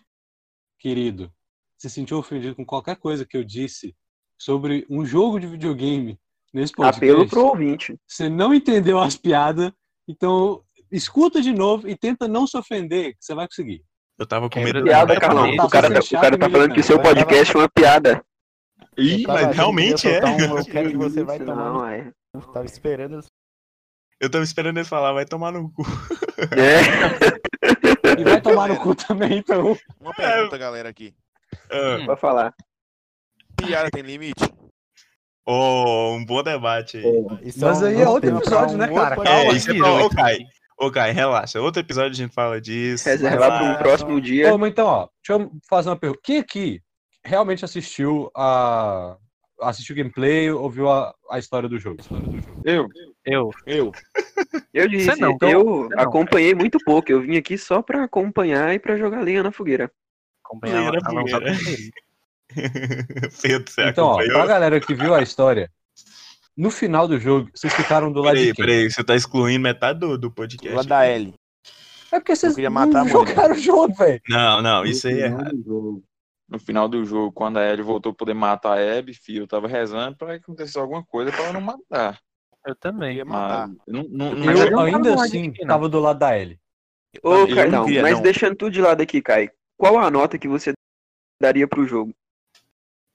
querido, se sentiu ofendido com qualquer coisa que eu disse sobre um jogo de videogame nesse podcast,
Apelo pro ouvinte.
você não entendeu as piadas, então escuta de novo e tenta não se ofender, que você vai conseguir.
Eu tava com
é,
Quebra
medo
do
do
Vai
Piada,
pra
Carlão.
mim.
O cara, tá, o cara tá falando que o seu podcast é uma piada.
Ih,
Eu tava
mas
achando que
realmente
ia
é.
soltar um, Eu quero que você vai tomar um.
Não, é.
no cu. Tava esperando. eles-
Eu tava esperando ele falar, vai tomar no cu.
É.
E vai tomar no cu também, então.
Uma pergunta, galera, aqui.
Ah,
Pra falar.
Piada tem limite?
Oh, um bom debate aí.
Isso
Mas
um-
aí é
um
outro
tema pra
episódio, né,
um outro
cara?
podcast.
É, isso é pra- Ô, Kai, ô, Kai, relaxa. Outro episódio a gente fala disso.
Reservar
Vai
para
lá.
um próximo dia.
Ô, mas então, ó, deixa eu fazer uma pergunta. Quem aqui realmente assistiu a. assistiu o gameplay, ouviu a, a história do jogo?
Eu,
Eu.
Eu.
Eu disse,
não, então-
eu
não.
acompanhei muito pouco. Eu vim aqui só pra acompanhar e pra jogar lenha na fogueira.
Acompanhar
Primeira,
a lançada
primeira.
dele.
Pedro, você
Então, ó,
É, acompanhou?
pra galera que viu a história, no final do jogo, vocês ficaram do lado
Peraí,
de quem?
peraí, você tá excluindo metade do, do podcast.
Lá da L.
É porque vocês
Eu queria matar a
não
mulher.
jogaram o jogo, velho.
Não, não, isso aí é
no
errado.
final do jogo, no final do jogo, quando a Ellie voltou a poder matar a Abby, filho, eu tava rezando pra que acontecesse alguma coisa pra ela não matar.
Eu também.
Queria matar.
Mas não, não, não,
Eu
jogaram
ainda
do lado de
assim
quem, não?
tava do lado da L.
Ô,
Eu
Kai,
não
não,
queria,
mas
não.
deixando tudo de lado aqui, Kai. Qual a nota que você daria pro jogo?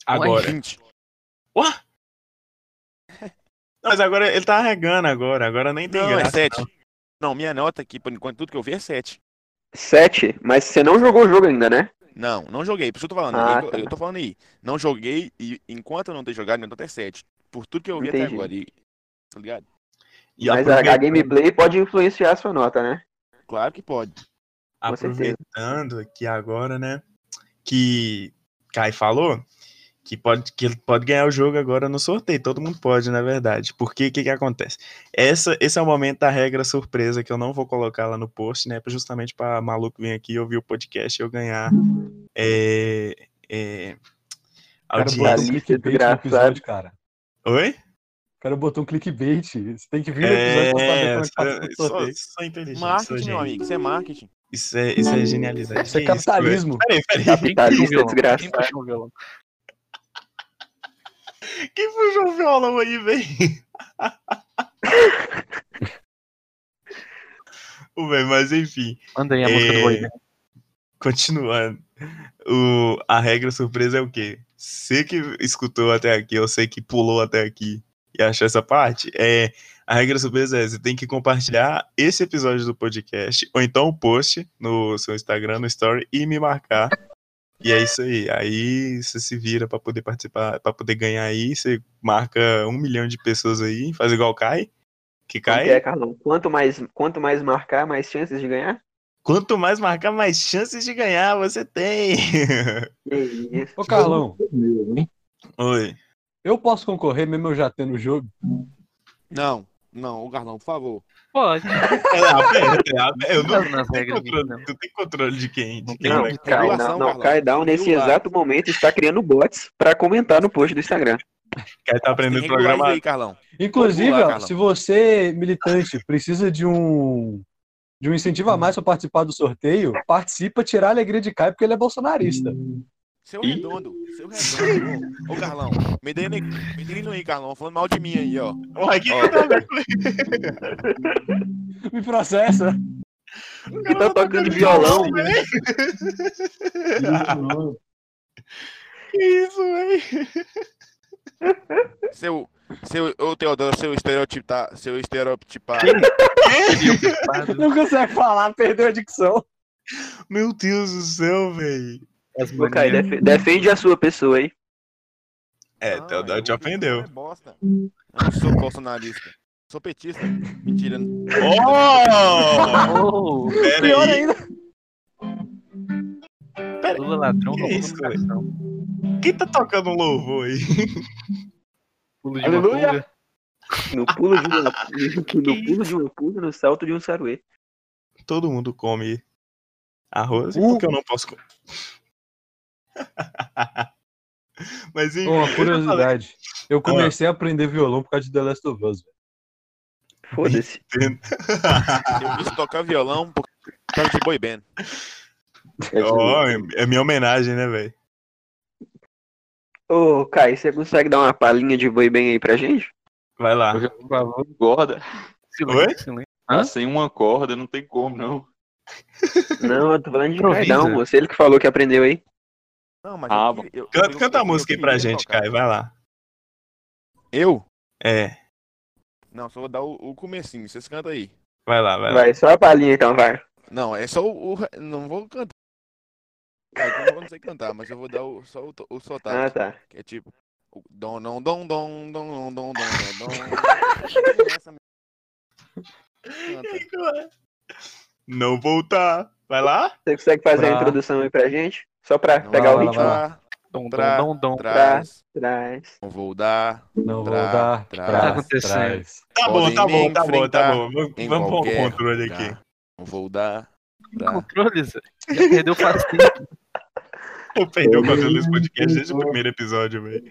Agora.
Ué, gente,
Uá? Não, mas agora ele tá regando agora. Agora nem tem
Não, é
graça.
7. Não, minha nota aqui, por enquanto, tudo que eu vi é 7.
Sete? Mas você não jogou o jogo ainda, né?
Não, não joguei. Por isso eu tô falando.
Ah,
eu,
tá.
eu tô falando aí. Não joguei e enquanto eu não ter jogado, minha nota é 7. Por tudo que eu vi até
Entendi.
agora. E, tá ligado?
E
Mas é a, a
aproveitando-
gameplay pode influenciar a sua nota, né?
Claro que pode.
Com certeza.
aproveitando aqui agora, né? Que Kai falou que pode, que ele pode ganhar o jogo agora no sorteio. Todo mundo pode, na verdade. Porque o que, que acontece? Essa, esse é o momento da regra surpresa que eu não vou colocar lá no post, né? Justamente para maluco vir aqui ouvir o podcast e eu ganhar. É, é,
O cara
audiência.
botou um clickbait no episódio, cara.
Oi?
O cara botou um clickbait. Você tem que vir no episódio pra saber
É,
como é que passa
só,
o sorteio.
só inteligente. só
Marketing, meu
gênio.
amigo. Isso é marketing.
Isso é, isso é genialidade.
Isso é
Que velho?
capitalismo.
Peraí, peraí.
Capitalista
Quem
desgraçado.
puxou o violão?
Quem puxou o violão aí, velho? Ô, velho, mas enfim,
Manda aí a música do
É.
Boy. Band.
continuando. O, a regra surpresa é o quê? Você que escutou até aqui, ou sei que pulou até aqui e achou essa parte, é. A regra surpresa é, você tem que compartilhar esse episódio do podcast, ou então o post no seu Instagram, no Story, e me marcar. E é isso aí. Aí você se vira pra poder participar, pra poder ganhar aí. Você marca um milhão de pessoas aí, faz igual o Kai, que
Como
cai.
que é, Carlão? Quanto mais, quanto mais marcar, mais chances de ganhar?
Quanto mais marcar, mais chances de ganhar você tem.
Que isso.
Ô, Carlão,
Oi.
eu posso concorrer mesmo eu já tendo o jogo?
Não, não, o Garlão, por favor.
Pode.
É, aperta, é, aperta. Eu não,
Não, tá nas
tem
regras,
controle,
não.
tu tem controle de quem? De
Não
quem né?
tem
vai-
Cai,
Divulgação,
não, não,
Carlão.
cai down nesse
Divulgar.
exato momento está criando bots para comentar no post do Instagram.
Quem tá
Tem
aprendendo
que
a
regular isso
programar?
aí, Carlão.
Inclusive,
Vamos lá,
ó,
Carlão.
se você, militante, precisa de um de um incentivo a mais para participar do sorteio, participa, tirar a alegria de Caio, porque ele é bolsonarista.
Hum.
Seu
Ih.
redondo, seu redondo. Ô, ô, Carlão, me dê me dê aí, Carlão. Falando mal de mim aí, ó.
Ué, que
Ó.
tá vendo?
Me processa.
Que tá tocando violão.
Que isso, velho?
Seu, seu, ô Teodoro, seu estereotipar, seu estereotipar.
Não consegue falar, perdeu a dicção.
Meu Deus do céu, velho.
As
Ô, Caio,
manias.
defe- defende a sua pessoa aí.
É,
Não,
Teodoro te
Ah, eu- eu
ofendeu.
sou bosta. Eu não sou bolsonarista. Sou petista. Mentira.
Oh!
Oh,
Pera
Pior
aí,
ainda.
Lula ladrão
Que
roubou
isso,
comunicação.
quem tá tocando um louvor aí?
Pulo de
Aleluia.
uma pulga.
No pulo de uma, no pulo de uma pulga, no salto de um saruê.
Todo mundo come arroz, e
Uh.
por que eu não posso comer? Mas enfim,
Uma curiosidade. Eu comecei a aprender violão por causa de The Last of Us. velho.
Foda-se.
Eu quis tocar violão por causa de boy band.
ó, é minha homenagem, né, velho?
Ô, Caio, você consegue dar uma palhinha de boi bem aí pra gente?
Vai lá.
Eu já
Por favor,
corda.
Oi?
silêncio, silêncio. Hã?
Ah, Sem uma corda, não tem como, não.
Não, eu tô falando de
Improvisa.
Caidão, você ele que falou que aprendeu aí.
Não, mas
Ah,
eu, queria- eu, eu,
Canta,
eu-
canta a
eu
música aí pra
queria
gente,
tocar.
Caio, vai lá.
Eu?
É,
Não, só vou dar o, o comecinho. Vocês cantam aí.
vai lá, vai lá.
Vai, só a palhinha então, vai.
Não, é só o. o- não vou cantar. Ah, Eu não sei cantar, mas eu vou dar o, só o, to- o sotaque.
Ah, tá.
Que é tipo. o Dom, dom, dom, dom, dom, dom, dom, dom, dom. Essa merda. Canta.
Não voltar. Vai lá?
Você consegue fazer a
Pra-
introdução aí pra gente? Só pra
Não
vai
pegar o
lá,
ritmo?
vai lá.
Pra
Dom,
Tra-
dom, dom, dom.
trás.
Traz.
Não vou dar.
Não vou
Tra-
dar.
tra-
trás,
Tá acontecendo.
trás.
Tá bom,
Podem
tá bom,
me
tá bom, tá
enfrentar
bom. Vamos
em
vamos pôr
qualquer
o controle
lugar.
aqui.
Não vou dar. Pra...
Controles. Já perdeu facinho.
Eu perdi o controle desse podcast desde o primeiro episódio, velho.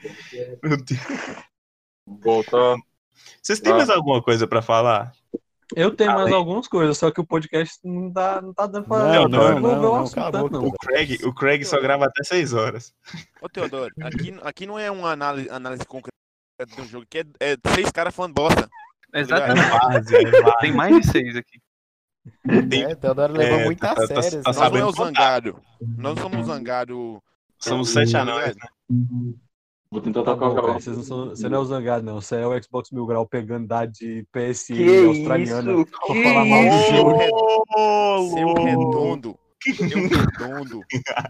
Meu Deus.
Voltar.
Vocês têm
Ah.
mais alguma coisa pra falar?
Eu tenho mais algumas coisas, só que o podcast não, dá, não tá dando pra
Não, não,
desenvolver
não,
o
não,
assunto
acabou,
tanto, não. tá
O Craig, o Craig só grava até 6 horas.
Ô, Teodoro, aqui, aqui não é uma análise, análise concreta do jogo, que é, é seis caras falando bosta.
Exatamente.
É base, é base.
Tem mais de seis aqui.
Tem-
É, Teodoro levou
É,
muito
tá-
a
tá-
sério.
tá
assim.
Nós não é
sabendo
o zangado. Nós não somos zangado.
Somos sete anões, né?
Vou tentar
Tá
tocar o
bom, cara,
violão.
vocês não são- você não é o zangado, não. Você é o Xbox Mil Grau pegando da de PS
Que
australiana.
isso?
Vou
Que
falar mal do
isso?
jogo.
Seu
é.
redondo. Seu redondo.
Tá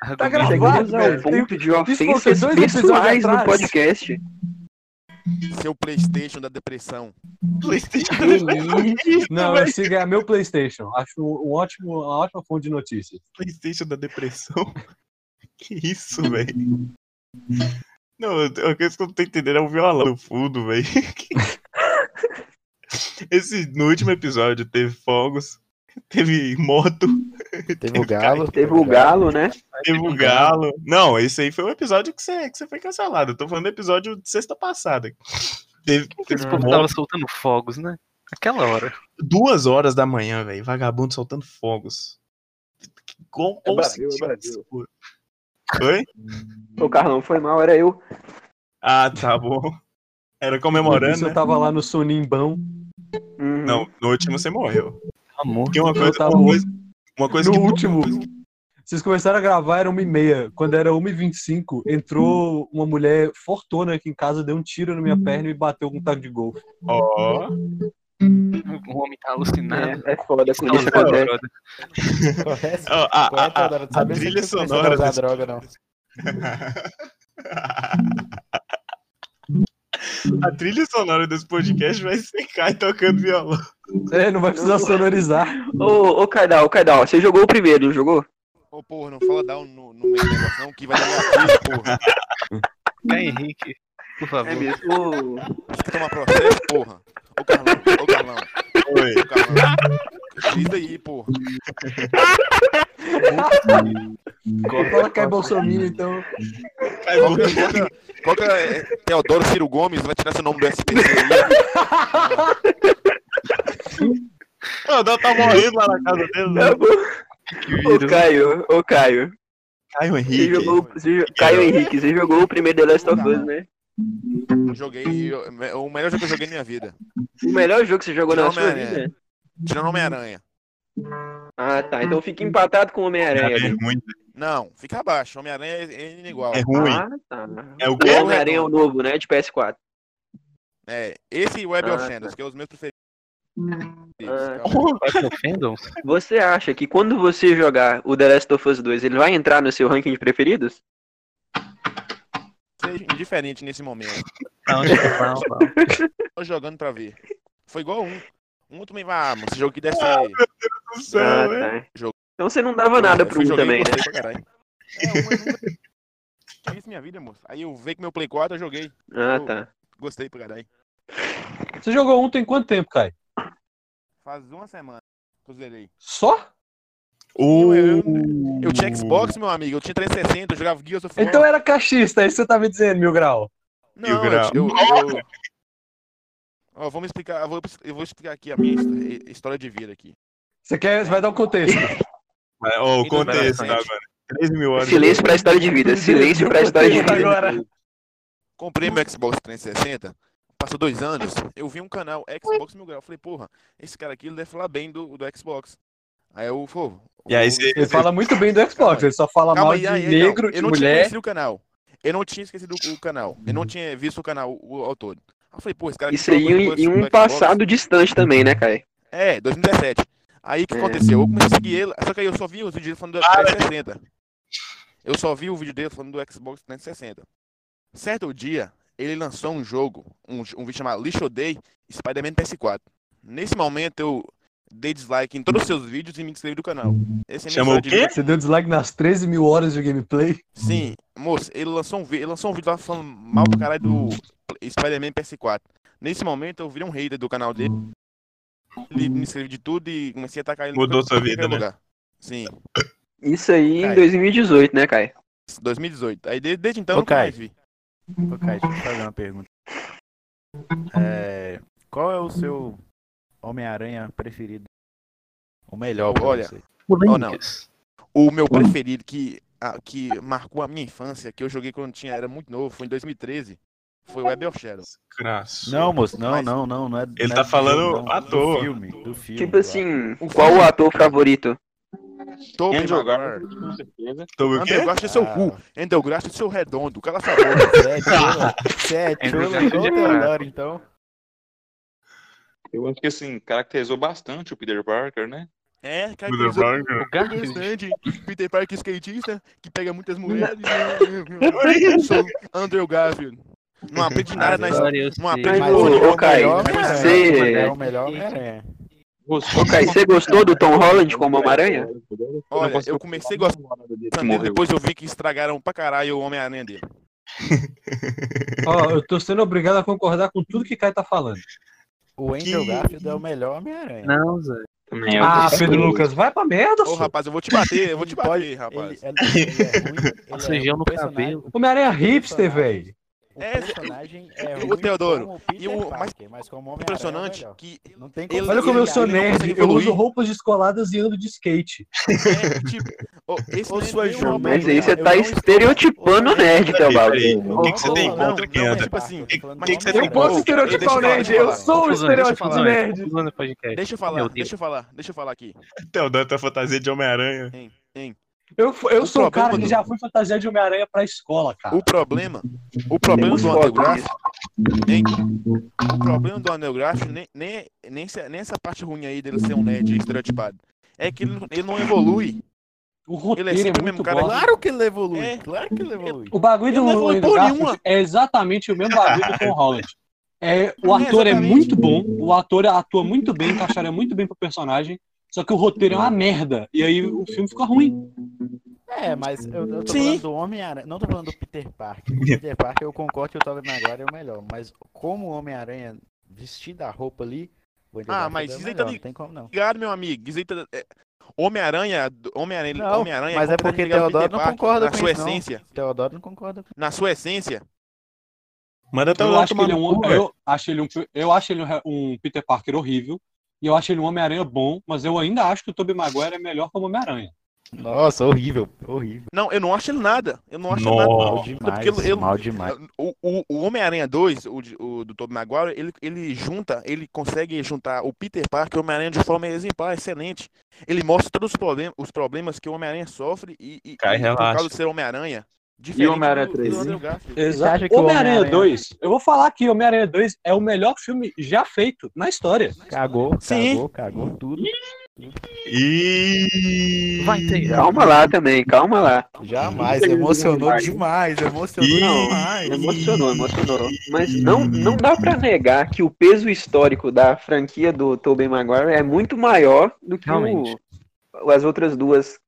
Argumento.
gravado.
Chegamos ao
velho.
ponto de
foi o quê?
ofensas
Dois episódios
pessoais no
atrás?
podcast.
Seu Playstation da depressão.
PlayStation.
Não, eu sigo é meu PlayStation. Acho um ótimo, uma ótima fonte de notícias.
PlayStation da depressão? Que isso,
Hum.
velho? Não, eu- eu- isso que eu não tô entendendo é um violão no fundo, velho. Esse, no último episódio teve fogos, teve moto,
Teve o Galo.
Teve o Galo, né?
teve o galo. Não, esse aí foi um episódio que você, que você foi cancelado. Eu tô falando do episódio de sexta passada. Teve, teve
Esse povo
moto,
tava soltando fogos, né? Aquela hora.
duas horas da manhã, velho. Vagabundo soltando fogos. Com,
É
com
Brasil, é
sentido
Brasil.
escuro. Oi?
O Carlão foi mal, era eu.
Ah, tá bom. Era comemorando,
eu
né?
tava lá no sonimbão.
Uhum.
Não, no último você morreu.
Amor.
Porque uma
Eu
coisa,
tava
uma coisa, uma coisa
no
que
último. Vocês começaram a gravar, era 1h30. Quando era 1h25, entrou uma mulher fortona aqui em casa, deu um tiro na minha perna e me bateu com um taco de golfe.
Ó,
O homem tá alucinado.
É, é foda quando isso
Tá
acontece.
louco,
Correto?
Ó, a-
é
a- a- a
Sabe,
trilha
você não precisa
sonora
usar
desse-
droga, não.
a trilha sonora desse podcast vai ser Kai tocando violão.
É, não vai precisar sonorizar.
Ô, ô Caidal, ô Caidal, você jogou o primeiro, não jogou?
Ô, porra, não fala down no, no meio do negócio, não, que vai dar uma porra.
Caio Henrique, por favor.
É mesmo. Ô,
Você toma processo, porra. Ô, Carlão, ô, Carlão,
Oi.
ô, Carlão. Diz aí, porra.
é Fala
tá
que é Bolsonaro, então.
Kai
Qual que,
Boca-
é- qual que é- qual que é é Teodoro Ciro Gomes? Vai tirar seu nome do SPC aí.
Teodoro tá morrendo lá na casa dele. né?
ô Caio, tá ô Caio.
Caio
Você jogou, você, jo- Caio Henrique, você jogou o primeiro The Last of Us, né?
Eu Joguei. eu- O melhor jogo que eu joguei na minha vida.
O melhor jogo que você jogou na
Não,
sua
mas é.
vida?
Tirando Homem-Aranha.
Ah, tá. Então fica empatado com o Homem-Aranha. né?
É
ali.
ruim,
Não, fica abaixo. Homem-Aranha é é igual.
é ruim.
Ah, tá.
É o
O
quê?
Homem-Aranha é o novo, né? De PS4.
É, esse e Web of
Ah,
Shadows, que é os meus preferidos. É um
Ah.
Vai com fandoms?
Você acha que quando você jogar o The Last of Us 2, ele vai entrar no seu ranking de preferidos?
Seja indiferente nesse momento.
Tá
tá.
Não,
é
tipo, não, não.
Tô jogando pra ver. Foi igual um. Um também vai, ah, mano, esse jogo que deve ser.
do céu, né?
tá.
Jogo.
Então você não dava nada pro
Fui,
um
joguei e
também, né?
gostei pra caralho. É, um eu nunca- Que isso, minha vida, moço. Aí eu veio com meu Play 4, eu joguei.
Ah, tá.
Gostei pra caralho.
Você jogou um tem quanto tempo, Kai?
Faz uma semana que eu zerei.
Só?
O-
é, né? Eu
Uh.
tinha Xbox, meu amigo. Eu tinha 360, eu jogava Gears of War.
Então era cachista, é isso que você tá me dizendo, Mil Grau.
E o
Não,
grau.
eu, eu, eu... Ó, vamos explicar, eu vou, eu vou explicar aqui a minha his- história de vida aqui.
Você, quer, você vai dar o contexto.
Mas, ó, o
Então,
contexto
peraí.
agora. 13 mil horas.
Silêncio pra história de vida. Silêncio pra história de
Contexto
vida.
agora.
Comprei meu Xbox 360, passou dois anos, eu vi um canal Xbox Mil Grau. Falei, porra, esse cara aqui ele deve falar bem do, do Xbox. Aí eu, pô.
E aí
eu-
você-
Ele fala muito bem do Xbox, ele só fala mal de
aí, aí, não.
negro,
Eu
de
não tinha
mulher.
conhecido o canal. Eu não tinha esquecido o- o canal. Eu não tinha visto o canal, o, o autor. Aí eu falei, pô, esse cara aqui
Isso
falou
aí
alguma coisa
em
sobre
um
o Xbox.
passado distante também, né, Kai?
É, 2017. Aí o que
É.
aconteceu? Eu comecei a seguir ele, só que aí eu só vi os vídeos dele falando do 360. Eu só vi o vídeo dele falando do Xbox 360. Certo dia, ele lançou um jogo, um, j- um vídeo chamado Lixo Day Spider-Man PS4. Nesse momento eu dei dislike em todos os seus vídeos e me inscrevi do canal. Esse é a minha
Chamou o
história de
quê?
Você deu dislike nas 13 mil horas de gameplay.
Sim,
Hum.
moço, ele lançou um, vi- ele lançou um vídeo lá falando mal pra caralho do Spider-Man PS4. Nesse momento eu virei um hater do canal dele. Ele me inscreveu de tudo e comecei a atacar ele no
Mudou
primeiro-
sua vida,
primeiro
né?
lugar. Sim,
Isso aí em
Kai.
2018, né, Kai?
2018. Aí de- desde, então
Ô,
eu nunca
Kai.
mais vi.
Ô, Kai, deixa eu te fazer uma pergunta. É, qual é o seu Homem-Aranha preferido? O melhor, pra
Olha,
você?
Polêmicas.
O meu preferido que, a- que marcou a minha infância, que eu joguei quando tinha, era muito novo, foi em 2013, foi Web of Shadows.
Crasso.
Não, moço, não,
mas-
não, não, não é.
Ele
não é
tá
do
falando
jogo, não,
à
do
toa.
Filme, do filme.
Tipo assim,
O
qual
filme.
o ator favorito?
Tobey
Quem jogar,
Maguire.
com certeza.
Sobre o
Andrew
quê?
Graft é seu
Ah.
cu, Andrew Graft é seu redondo, cala sua boca.
Você é
Andrew
chula
Garfield
né?
igual
é
o
fraco.
Teodoro, então.
Eu acho que assim, caracterizou bastante o Peter Parker, né?
É, cara,
Peter Parker.
O Garfield.
Understand, é Peter Parker skatista, que pega muitas mulheres. Sou Andrew Garfield. Não aprende nada na história.
Agora eu sei.
Não aprende
Mas,
nada.
ô,
sobre
ô,
o
Caio,
melhor,
mas
cara.
você-
É o melhor Homem-Aranha.
Gostou?
Ô, Kai, você gostou do Tom Holland como Homem-Aranha?
Olha, eu comecei gostando dele,
Morreu.
depois eu vi que estragaram pra caralho o Homem-Aranha dele.
Ó, eu tô sendo obrigado a concordar com tudo que Kai tá falando.
O Andrew
Que-
Garfield é o melhor Homem-Aranha.
Não, Zé.
Também é
Ah,
outra
Pedro
coisa.
Lucas, vai pra merda,
Ô,
senhor.
rapaz, eu vou te bater, eu vou te bater, rapaz.
Ele, ele- ele é ruim, ele é
Nossa, gel
ruim,
no
o personagem-
cabelo.
o
Homem-Aranha É hipster,
personagem-
velho.
O
É,
personagem é
o
ruim
Teodoro,
como
e o-
Peter
mas
Parker, mas como Homem-Aranha é
Impressionante
melhor.
que
Não tem
Ele-
Olha como eu sou
ele não
nerd,
consegue
eu
evoluir.
uso roupas descoladas e ando de skate.
é, tipo, ô, esse
Ô,
não é
sua
nem um
Ju,
mau
Mas aí
problema.
você
Eu
tá
não
estereotipando o nerd,
Peraí,
Teobaldo.
peraí. O que, que você
Ô,
tem
ô,
contra,
não,
Kenanda?
tipo assim,
que-
falando
que que
de
você
Homem-Aranha.
tem contra?
estereotipar o nerd, assim, eu
sou o
estereótipo de
nerd.
Usando podcast.
Deixa eu
Meu
falar,
Deus.
deixa eu falar, deixa eu falar aqui.
Até o Dante Então, fantasia de Homem-Aranha.
Eu, eu
O
sou o cara que
problema do-
já fui fantasia de Homem-Aranha pra escola, cara.
O problema, o problema do
Foda
anel gráfico,
isso.
nem, o problema do anel gráfico, nem, nem, nem, essa- nem essa parte ruim aí dele ser um nerd estereotipado, é que ele, não- ele não evolui.
O roteiro
Ele é
é,
sempre o
muito
mesmo cara.
bom.
Claro que ele evolui,
É.
claro que ele evolui.
O bagulho
Ele não
do
evolui
Andrew
porra
Garfield
nenhuma.
é exatamente o mesmo bagulho do Tom Holland. É, o
É,
ator é,
exatamente.
muito bom, o ator atua muito bem, encaixaria muito bem pro personagem, só que o roteiro é uma merda. E aí o filme fica ruim.
É, mas eu, eu tô
Sim.
falando do Homem-Aranha, não tô falando do Peter Parker. O Peter Parker, eu concordo que o Tobey Maguire é o melhor, mas como o Homem-Aranha vestido a roupa ali, o Andrew
Ah,
Garfield
mas
é o
isso aí tá
melhor,
lig-
não tem como não.
Obrigado, meu amigo. Isso aí tá- é- Homem-Aranha, Homem-Aranha,
Não,
Homem-Aranha.
mas é
completamente
porque
ligado ao
Teodoro
Peter
não
Parker,
concorda
na
com
sua
isso, não.
essência,
Teodoro não concorda com
na sua essência.
Manda até
Eu,
lá
acho que
tomar
ele é
no
um,
cu, velho.
eu acho ele um, eu acho ele um, re- um Peter Parker horrível. E eu acho ele um Homem-Aranha bom, mas eu ainda acho que o Tobey Maguire é melhor como Homem-Aranha.
Nossa, horrível, horrível.
Não, eu não acho ele nada. Eu não acho
Nossa.
ele nada.
Mal demais,
porque ele- ele-
mal demais.
O, o, o Homem-Aranha 2, o, de- o do Tobey Maguire, ele, ele junta, ele consegue juntar o Peter Parker e o Homem-Aranha de forma exemplar, excelente. Ele mostra todos os, problem, os problemas que o Homem-Aranha sofre e, e-
Cai,
e por
relaxa.
causa de ser Homem-aranha. diferente
Homem-Aranha
do-
3,
do Andrew
hein?
É
Garfield.
Você acha
Exato.
que o
Homem-Aranha
Homem-Aranha-
2, eu vou falar aqui, Homem-Aranha 2 é o melhor filme já feito na história.
Cagou,
Sim.
cagou, cagou tudo.
E...
Vai ter.
Calma lá também, calma lá.
Jamais, emocionou demais, emocionou
Ih.
demais.
Emocionou, emocionou. Mas não, não dá pra negar que o peso histórico da franquia do Tobey Maguire é muito maior do que o-
Realmente.
as outras duas.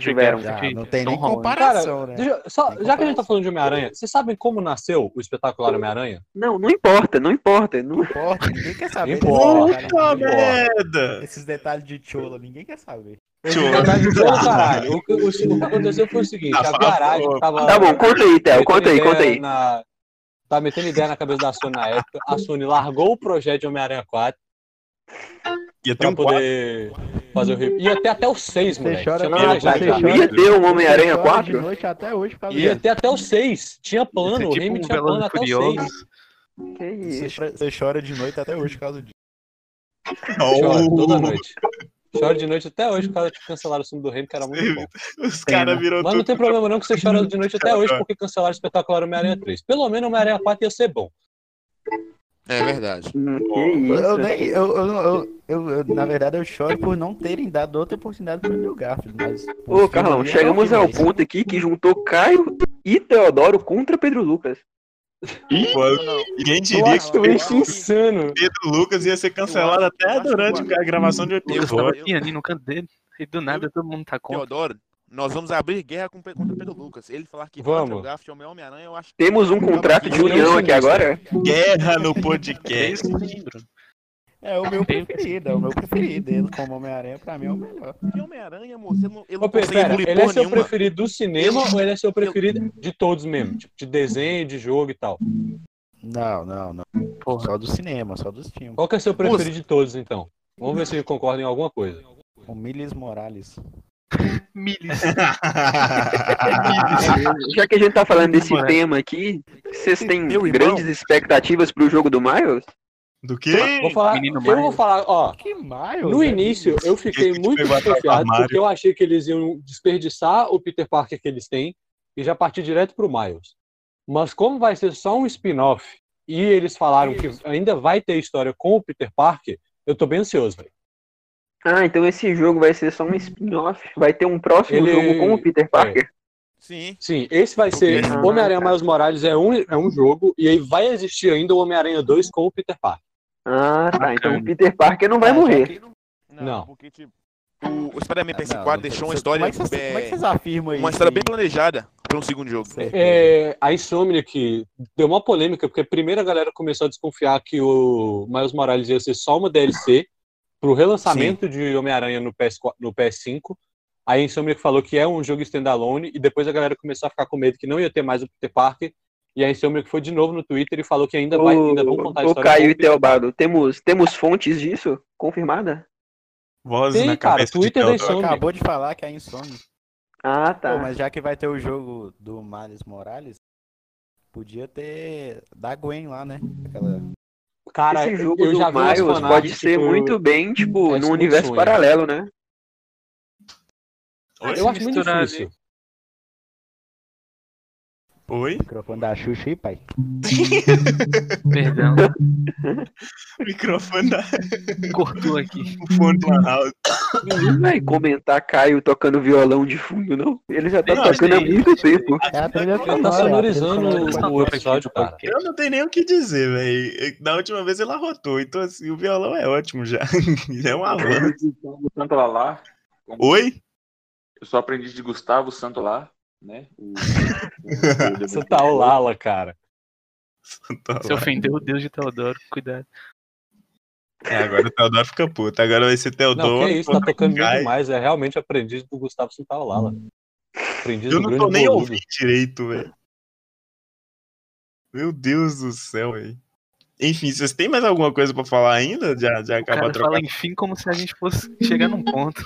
tiveram.
Já,
Gente,
não tem
Tom
nem
Holland.
comparação, né?
Deixa eu- só-
Tem
já que a gente tá falando de Homem-Aranha, vocês sabem como nasceu o espetacular Homem-Aranha?
Não, não importa, não importa. Não...
Importa, ninguém quer saber. desses
Importa,
detalhes,
Puta
ninguém-
Tá merda!
Esses detalhes de cholo, ninguém quer saber.
Tio,
Na verdade, não, caralho. O, que- o que- o que aconteceu foi o seguinte:
Tá,
a garagem
tá,
tava.
Tá bom, conta aí, Theo,
metendo
conta aí,
ideia
conta aí.
Na... Tava metendo ideia na cabeça da Sony na época. A Sony largou o projeto de Homem-Aranha 4
ia ter
pra
um quadro.
poder fazer o rip. Ia ter até o 6, moleque.
chora
Tinha
na
planejado
hora,
já.
você chora.
Ia ter um Homem-Aranha
Eu choro de
4?
noite até hoje por causa
Ia
disso.
ter até o 6. Tinha
Isso é
plano, o
tipo
Remy
um
tinha
Velozes
plano
e
até o 6.
Furiosos.
Que
Você
isso.
chora- Você chora de noite até hoje por causa disso.
Chora toda
Oh,
noite. Chora de noite até hoje por causa que cancelaram o filme do Remy, que era muito bom.
os caras viram
Mas não
tudo.
tem problema não que você chora de noite até hoje porque cancelaram o espetacular Homem-Aranha 3. Pelo menos o Homem-Aranha 4 ia ser bom.
É verdade.
Hum,
Eu
Que isso.
nem, eu, eu, eu, eu- eu- na verdade, eu choro por não terem dado outra oportunidade pro meu Garfield, mas...
Ô,
é
Carlão, chegamos ao ponto aqui que juntou Caio e Teodoro contra Pedro Lucas.
Pô,
Não,
Quem diria que é
acho
o
também
Pedro
isso
insano.
Lucas ia ser cancelado
Eu acho-
até
eu acho que o
durante
Guarda-
a gravação de um
Eu
episódio.
Lucas tava
eu-
pianinho no canto dele. E do nada todo mundo tá contra.
Teodoro, nós vamos abrir guerra com, contra o Pedro Lucas. Ele falar que
Vamos.
Andrew Garfield é o melhor Homem-Aranha, eu acho que
Temos um contrato de união aqui agora?
Guerra no
É
podcast.
isso, eu lembro.
É o meu preferido, é o meu preferido. Ele como Homem-Aranha, pra mim, é o melhor.
ele é Homem-Aranha, moço. Ele não, ele
Ô,
não
Pedro,
consegue
pera,
evoluir
ele é
porra
seu
nenhuma.
preferido do cinema ou ele é seu preferido de todos mesmo? Tipo, de desenho, de jogo e tal.
Não, não, não.
Porra.
Só do cinema, só dos filmes.
Qual que é seu preferido de todos, então? Vamos ver se concordam em alguma coisa.
O Miles Morales.
Milis.
Já que a gente tá falando desse
Mano.
tema aqui, vocês têm
Meu irmão.
grandes expectativas pro jogo do Miles?
Do quê?
Vou falar,
menino
eu
Mario.
vou falar, ó.
Que maio,
No início, eu fiquei
Ele
muito
foi matar o
desconfiado
armário.
porque eu achei que eles iam desperdiçar o Peter Parker que eles têm e já partir direto pro Miles. Mas como vai ser só um spin-off e eles falaram que ainda vai ter história com o Peter Parker, eu tô bem ansioso, velho.
Ah, então esse jogo vai ser só um spin-off. Vai ter um próximo
Ele-
jogo com o Peter Parker?
Sim.
Sim, esse vai ser
Ah,
Homem-Aranha
tá.
Miles Morales é um, é um jogo, e aí vai existir ainda o Homem-Aranha 2 com o Peter Parker.
Ah, tá. Então
Bacana.
o Peter Parker não vai morrer.
Não.
Porque, tipo, o, o Spider-Man
Ah, não,
PS4
não
deixou uma
sei.
história.
Como é que vocês,
é,
como é que vocês afirmam isso?
uma história bem
aí?
planejada para um segundo jogo.
É, a Insomniac deu uma polêmica, porque primeiro a galera começou a desconfiar que o Miles Morales ia ser só uma DLC pro relançamento de Homem-Aranha no, PS, no PS5. Aí a Insomniac falou que é um jogo standalone e depois a galera começou a ficar com medo que não ia ter mais o Peter Parker. E a Insomniac foi de novo no Twitter e falou que ainda, vai, ainda vão contar a
O, o
história.
Caio
do
e
Peter
Teobaldo, temos, temos fontes disso? Confirmada?
Vozes
Sim,
na
cara,
cabeça
Twitter
de
da
Teodoro.
Insomniac.
Acabou de falar que é insônia.
Ah, tá.
Pô, mas já que vai ter o jogo do Miles Morales, podia ter da Gwen lá, né? Aquela...
Cara,
Esse jogo
eu
do
já vi umas
Miles pode
fanáticas,
ser
tipo,
muito bem, tipo,
é
num
um
universo
sonho.
paralelo, né?
Oi?
Eu acho muito
Misturado,
difícil.
Oi?
Microfone da Xuxa aí, pai.
Perdão,
O microfone da
cortou aqui.
o fone do House.
Ninguém vai comentar Caio tocando violão de fundo, não. Ele já tá
Não,
tocando há
sim.
muito tempo.
É a trilha
Ela tá sonorizando o episódio,
tá?
cara.
Eu não tenho nem o que dizer, velho. Da última vez ele arrotou, então assim, o violão é ótimo já. Ele é um avanço.
Gustavo Santolalá.
Oi?
Eu sou aprendiz de Gustavo Santolalá, né? O-
Você tá o Lala, cara.
Tá
Você
lá.
ofendeu o Deus de Teodoro, cuidado.
É, agora o Teodoro fica puto. Agora vai ser Teodoro.
Não, que isso, tá
contra
tocando bem
Kai.
demais. É realmente aprendiz do Gustavo Santal Lala. Aprendiz
Eu não
do um grande
tô nem
boludo.
ouvindo direito, velho. Meu Deus do céu, velho. Enfim, vocês têm mais alguma coisa pra falar ainda? Já, já
O cara
acaba
fala,
trocando.
enfim, como se a gente fosse chegar num ponto.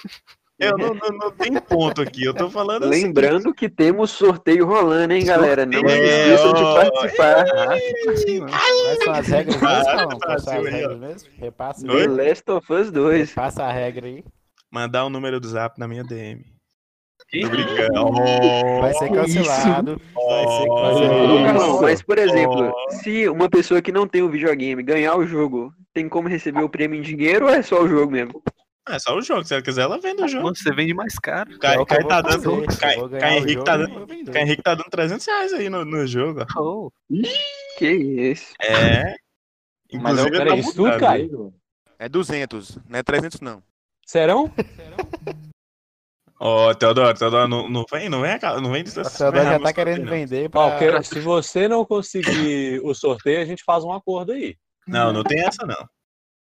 Eu não, não, não tem ponto aqui. Eu tô falando assim.
Lembrando que temos sorteio rolando, hein, galera? Não
Sorteio.
esqueçam de
É, ó.
participar.
Assim, mano.
Quais são as regras
Ah,
mesmo?
Brasil
Não, quais são
aí,
as
ó.
regras mesmo? Repassa
The
é. Oi?
aí.
Last of Us 2.
Passa a regra aí.
Mandar o número do zap na minha DM.
Que?
Tô brincando. Oh,
Vai ser cancelado. Vai ser
Ô,
cancelado.
Carlão,
Mas, por exemplo,
Ó.
se uma pessoa que não tem o videogame ganhar o jogo, tem como receber o prêmio em dinheiro ou é só o jogo mesmo?
É só o jogo. Se ela quiser, ela vende o jogo.
Nossa, você vende mais caro.
Cai,
É o que
Cai
eu
tá
vou
dando.
fazer.
Cai,
Eu vou ganhar
Cai
o
Henrique
jogo
tá
e
dando.
vou vender.
Cai Henrique tá dando 300 reais aí no, no jogo. ó.
Oh,
Que isso.
É.
Mas é
Inclusive,
o
ele
Peraí,
tá
isso tudo,
mudando.
Caio?
É 200, não é 300 não.
Serão?
Ó, Teodoro, Teodoro, não, não vem, não vem, cara, não vem
O
disso.
Teodoro já tá querendo vender pra...
Ó, que- se você não conseguir o sorteio, a gente faz um acordo aí.
Não, não tem essa, não.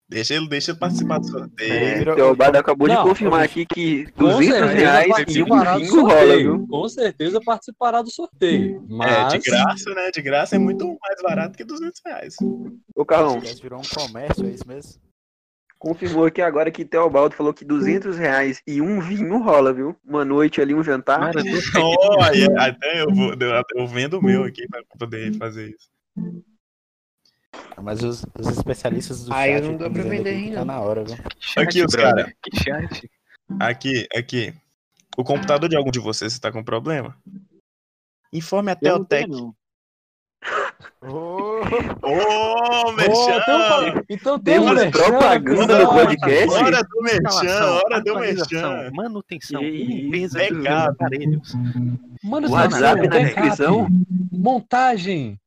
Deixa ele, deixa ele participar do sorteio.
É.
Então, o Bado acabou
Não,
de confirmar
eu-
aqui que
Com
200
certeza
reais e um
participará do
vinho rola,
sorteio.
viu?
Com certeza participará do sorteio.
É,
Mas
Ah,
de graça, né? De graça é muito mais barato que 200 reais.
Ô, Carlão,
Mas Virou um comércio, é isso mesmo?
confirmou aqui agora que Teobaldo falou que 200 reais e um vinho rola, viu? Uma noite ali, um jantar.
cara,
Olha, até eu, vou, eu, eu vendo o meu aqui pra poder fazer isso.
Ah, Mas os, os especialistas do
Ah, eu
chat
não dou pra
dizendo
vender
aqui que
ainda.
Tá na hora, viu?
que chat,
Aqui, os
brother, Que chat.
Aqui, aqui. O computador de algum de vocês está com problema? Informe a Teltec. Ô, oh,
Ô,
Merchan!
então, então
Temos
um merchan,
propaganda no
cara.
podcast?
Hora do Merchan,
Instalação,
hora do
atualização,
Merchan. Hum.
Manutenção,
Ih,
limpeza dos meus
backup.
aparelhos.
Manda
O
esse
WhatsApp
backup,
na descrição.
Montagem.